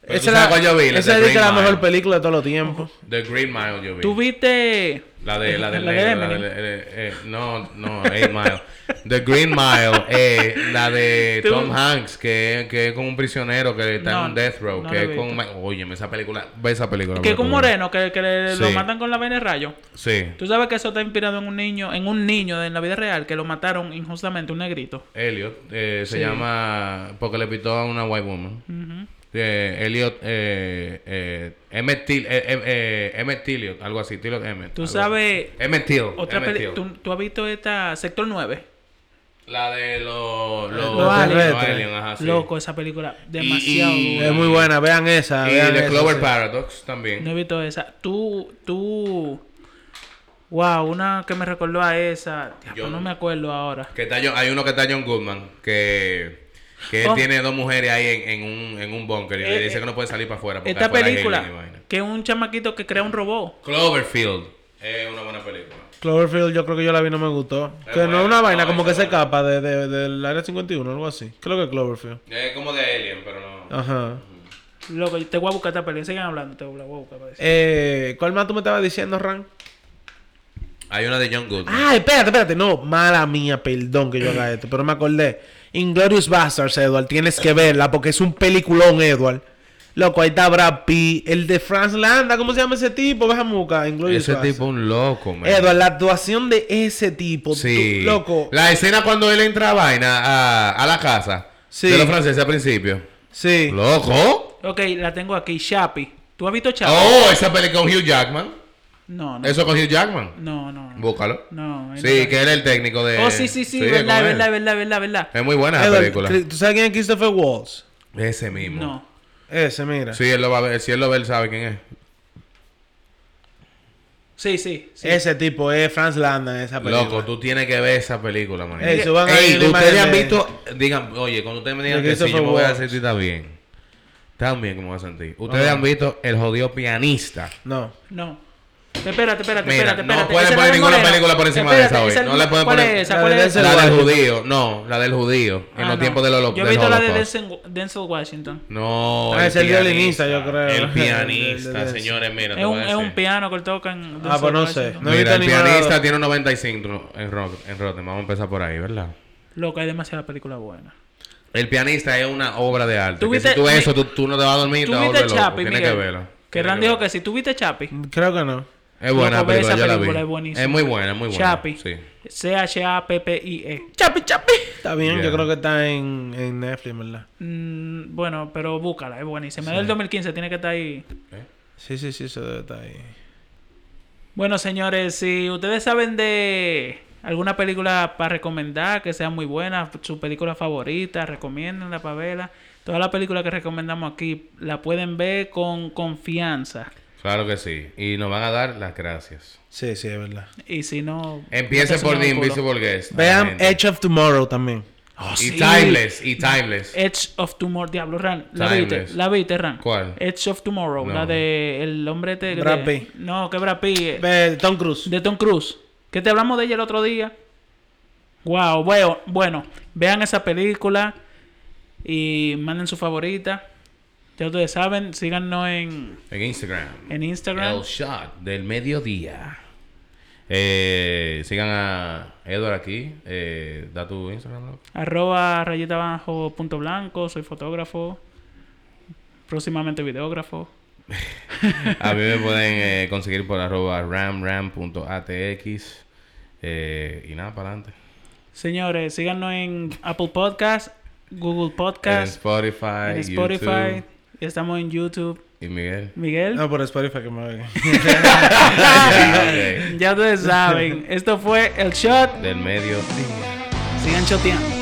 Speaker 2: Pero
Speaker 3: Esa
Speaker 2: tú sabes
Speaker 3: es la,
Speaker 2: cuál yo vi, la
Speaker 3: esa
Speaker 2: de
Speaker 3: es de que
Speaker 2: Green
Speaker 3: la mejor
Speaker 2: Mile.
Speaker 3: película de todos los tiempos.
Speaker 2: The Green Mile yo vi.
Speaker 1: Tú viste
Speaker 2: La de, la de,
Speaker 1: La de
Speaker 2: negro, la de,
Speaker 1: Eminem.
Speaker 2: eh, eh, no, no, Eight Mile. The Green Mile, eh, la de
Speaker 1: Tú-
Speaker 2: Tom Hanks, que, que es con un prisionero que está
Speaker 1: No,
Speaker 2: en un death row,
Speaker 1: no
Speaker 2: que
Speaker 1: la
Speaker 2: es
Speaker 1: he
Speaker 2: con...
Speaker 1: visto.
Speaker 2: Ma- Óyeme, esa película, ve esa película.
Speaker 1: que
Speaker 2: bro,
Speaker 1: es con
Speaker 2: tú-
Speaker 1: Moreno que, que le- lo
Speaker 2: Sí.
Speaker 1: matan con la vaina de rayo.
Speaker 2: Sí,
Speaker 1: Tú sabes que eso está inspirado en un niño, en un niño de en la vida real que lo mataron injustamente un negrito.
Speaker 2: Elliot, eh, se llama, porque le pitó a una white woman.
Speaker 1: Ujú.
Speaker 2: Eh, Elliot, eh, eh, Emmett Till, eh, eh, eh, Emmett Tilliot, algo así, Tilliot Emmett.
Speaker 1: Tú
Speaker 2: algo
Speaker 1: sabes
Speaker 2: así. Emmett Till,
Speaker 1: otra
Speaker 2: Emmett
Speaker 1: peli-
Speaker 2: Till.
Speaker 1: ¿tú, tú has visto esta Sector 9.
Speaker 2: La de los... Los
Speaker 1: Los aliens.
Speaker 2: los aliens, ajá, sí.
Speaker 1: Loco, esa película demasiado
Speaker 2: y-
Speaker 1: dura.
Speaker 3: Es muy buena, vean esa.
Speaker 2: Y
Speaker 3: vean
Speaker 2: The
Speaker 3: esa,
Speaker 2: Clover
Speaker 3: sí.
Speaker 2: Paradox también.
Speaker 1: No he visto esa. Tú, tú. Wow, una que me recordó a esa. Diablo,
Speaker 2: Yo
Speaker 1: no
Speaker 2: no.
Speaker 1: me acuerdo ahora.
Speaker 2: Que está John- hay uno que está John Goodman, que, que él
Speaker 1: Oh.
Speaker 2: tiene dos mujeres ahí en, en un, en un búnker y le
Speaker 1: Eh,
Speaker 2: dice
Speaker 1: eh,
Speaker 2: que no puede salir para afuera. porque
Speaker 1: Esta
Speaker 2: afuera hay
Speaker 1: película,
Speaker 2: alien y vaina.
Speaker 1: que es un chamaquito que crea un robot.
Speaker 2: Cloverfield es una buena película.
Speaker 3: Cloverfield yo creo que yo la vi no me gustó.
Speaker 2: Es
Speaker 3: que no
Speaker 2: buena,
Speaker 3: es una vaina
Speaker 2: no,
Speaker 3: como
Speaker 2: esa
Speaker 3: que
Speaker 2: es
Speaker 3: se
Speaker 2: buena.
Speaker 3: escapa de, de- del área 51 o algo así. Creo que es Cloverfield.
Speaker 2: Es como de Alien, pero no.
Speaker 3: Ajá.
Speaker 1: Loco, te voy a buscar esta película. Sigan hablando, te voy a buscar. para decir.
Speaker 3: Eh, ¿Cuál más tú me estabas diciendo, Ran?
Speaker 2: Hay una de John Goodman.
Speaker 3: Ah, espérate, espérate. No, mala mía, perdón que yo haga esto, pero me acordé. Inglorious Bastards, Edward. Tienes que verla porque es un peliculón, Edward. Loco, ahí está Brad Pitt. El de Franz Landa, ¿cómo se llama ese tipo? Baja muca, Inglorious
Speaker 2: Ese
Speaker 3: Bastards.
Speaker 2: tipo es un loco, man.
Speaker 3: Edward, la actuación de ese tipo.
Speaker 2: Sí.
Speaker 3: tú- loco.
Speaker 2: La escena cuando él entra a vaina a, a la casa
Speaker 3: Sí.
Speaker 2: de los franceses al principio.
Speaker 3: Sí.
Speaker 2: Loco.
Speaker 1: Ok, la tengo aquí. Chapi. ¿Tú has visto Chapi?
Speaker 2: Oh, esa película con Hugh Jackman.
Speaker 1: No, no.
Speaker 2: Eso con Hugh Jackman.
Speaker 1: No, no. no.
Speaker 2: Búscalo.
Speaker 1: No, ahí
Speaker 2: Sí,
Speaker 1: no.
Speaker 2: que él es el técnico de.
Speaker 1: Oh, sí, sí, sí.
Speaker 2: es
Speaker 1: verdad,
Speaker 2: con él.
Speaker 1: verdad, verdad, verdad, verdad.
Speaker 2: Es muy buena esa
Speaker 3: Edward,
Speaker 2: película.
Speaker 3: ¿tú sabes quién es Christopher Waltz?
Speaker 2: Ese mismo.
Speaker 1: No.
Speaker 3: Ese, mira.
Speaker 2: Sí, él lo va a ver. Si él lo ve, él sabe quién es.
Speaker 1: Sí, sí. sí.
Speaker 3: Ese tipo es Franz Landa en esa película.
Speaker 2: Loco, tú tienes que ver esa película, manito.
Speaker 3: Ey, suban ahí
Speaker 2: Ey,
Speaker 3: la imagen
Speaker 2: ustedes han
Speaker 3: de-
Speaker 2: visto, digan, oye, cuando ustedes me digan
Speaker 3: De
Speaker 2: que sí, yo me
Speaker 3: Christopher
Speaker 2: voy a
Speaker 3: Walken.
Speaker 2: sentir tan bien. Tan bien como me voy a sentir. Ustedes
Speaker 3: Ah.
Speaker 2: han visto el jodido pianista.
Speaker 3: No.
Speaker 1: No. Espérate, espérate,
Speaker 2: Mira,
Speaker 1: espérate,
Speaker 2: no
Speaker 1: espérate.
Speaker 2: pueden
Speaker 1: Esa es la
Speaker 2: poner
Speaker 1: de
Speaker 2: ninguna
Speaker 1: Morena.
Speaker 2: película por encima de
Speaker 1: Espérate,
Speaker 2: esa hoy.
Speaker 1: esa
Speaker 2: No le pueden
Speaker 1: ¿Cuál
Speaker 2: poner-
Speaker 1: es esa?
Speaker 3: La
Speaker 1: ¿Cuál
Speaker 3: de
Speaker 1: es esa?
Speaker 2: La del
Speaker 3: Walken.
Speaker 2: judío. No, la del judío. En
Speaker 1: Ah,
Speaker 2: los
Speaker 1: no.
Speaker 2: tiempos de los
Speaker 1: Yo he visto la de
Speaker 2: Holocaust.
Speaker 1: Denzel, Denzel Washington.
Speaker 2: No,
Speaker 3: Ah, es el violinista, yo
Speaker 2: El
Speaker 3: creo. El de-
Speaker 2: pianista,
Speaker 3: de-
Speaker 2: señores, mira. te
Speaker 1: Es un,
Speaker 2: voy a
Speaker 1: es un
Speaker 2: decir.
Speaker 1: piano que tocan.
Speaker 3: Ah, pues no sé. No he visto
Speaker 2: Mira, el
Speaker 3: ninguna de las
Speaker 2: pianista
Speaker 3: dos.
Speaker 2: tiene un 95 en rock, en Rotten. Vamos a empezar por ahí, ¿verdad?
Speaker 1: Loco, hay demasiada película buena.
Speaker 2: El pianista es una obra de arte.
Speaker 1: ¿Tú
Speaker 2: que
Speaker 1: viste-
Speaker 2: si tú ves
Speaker 1: mi-
Speaker 2: eso, tú, tú no te vas a dormir,
Speaker 1: ¿Tú
Speaker 2: te vas a
Speaker 1: viste
Speaker 2: volver loco.
Speaker 1: Chapi,
Speaker 2: Tienes
Speaker 1: Miguel?
Speaker 2: que verlo.
Speaker 1: Que Ran dijo que sí. ¿Tú viste Chapi?
Speaker 3: Mm, Creo que no.
Speaker 2: Es buena
Speaker 1: Loco,
Speaker 2: la
Speaker 1: ve
Speaker 2: película,
Speaker 1: esa
Speaker 2: yo la vi.
Speaker 1: película, es buenísima.
Speaker 2: Es muy buena, es muy buena.
Speaker 1: Chapi.
Speaker 2: Sí.
Speaker 1: C-H-A-P-P-I-E. E. Chapi, Chapi.
Speaker 3: Está bien,
Speaker 2: Bien.
Speaker 3: yo creo que está en, en Netflix, ¿verdad?
Speaker 1: Mm, bueno, pero búscala, es buenísima. Es del 2015, tiene que estar ahí.
Speaker 3: Sí, sí, sí, eso debe estar ahí.
Speaker 1: Bueno, señores, si ustedes saben de alguna película para recomendar que sea muy buena, su película favorita, recomiéndenla para verla. Todas las películas que recomendamos aquí la pueden ver con confianza.
Speaker 2: Claro que sí. Y nos van a dar las gracias.
Speaker 3: Sí, sí, es verdad.
Speaker 1: Y si no.
Speaker 2: Empiece
Speaker 1: no te
Speaker 2: por
Speaker 1: suman
Speaker 2: The
Speaker 1: el culo.
Speaker 2: Invisible Guest.
Speaker 3: Vean
Speaker 2: Gente.
Speaker 3: Edge of Tomorrow también.
Speaker 1: Oh,
Speaker 2: Y
Speaker 1: sí. Eh.
Speaker 2: Timeless, y Timeless.
Speaker 1: Edge of Tomorrow, Diablo Ran. ¿La
Speaker 2: Timeless.
Speaker 1: viste? ¿La viste, Ran?
Speaker 2: ¿Cuál?
Speaker 1: Edge of Tomorrow,
Speaker 2: No.
Speaker 1: la de el hombre este que
Speaker 3: Brad
Speaker 1: te-
Speaker 3: Pitt.
Speaker 1: No, que Brad Pitt, eh,
Speaker 3: Ve Tom Cruise.
Speaker 1: de Tom Cruise. Que te hablamos de ella el otro día. Wow, bueno, bueno, vean esa película y manden su favorita. Ya ustedes saben, síganos en,
Speaker 2: En Instagram.
Speaker 1: en Instagram.
Speaker 2: El Shot del Mediodía. Eh, sigan a Edward aquí. Eh, da tu Instagram, loco.
Speaker 1: Arroba rayita abajo punto blanco, soy fotógrafo. Próximamente videógrafo.
Speaker 2: A mí me pueden eh, conseguir por arroba ramram.atx. Eh, y nada, para adelante.
Speaker 1: Señores, síganos en Apple Podcast, Google
Speaker 2: En
Speaker 1: Podcast,
Speaker 2: Spotify,
Speaker 1: en Spotify, y estamos en YouTube.
Speaker 2: YouTube, y Miguel.
Speaker 1: Miguel,
Speaker 3: No, por Spotify que me oigan.
Speaker 2: Ok.
Speaker 1: ya ustedes saben, esto fue el shot.
Speaker 2: Del mediodía.
Speaker 1: Sigan choteando.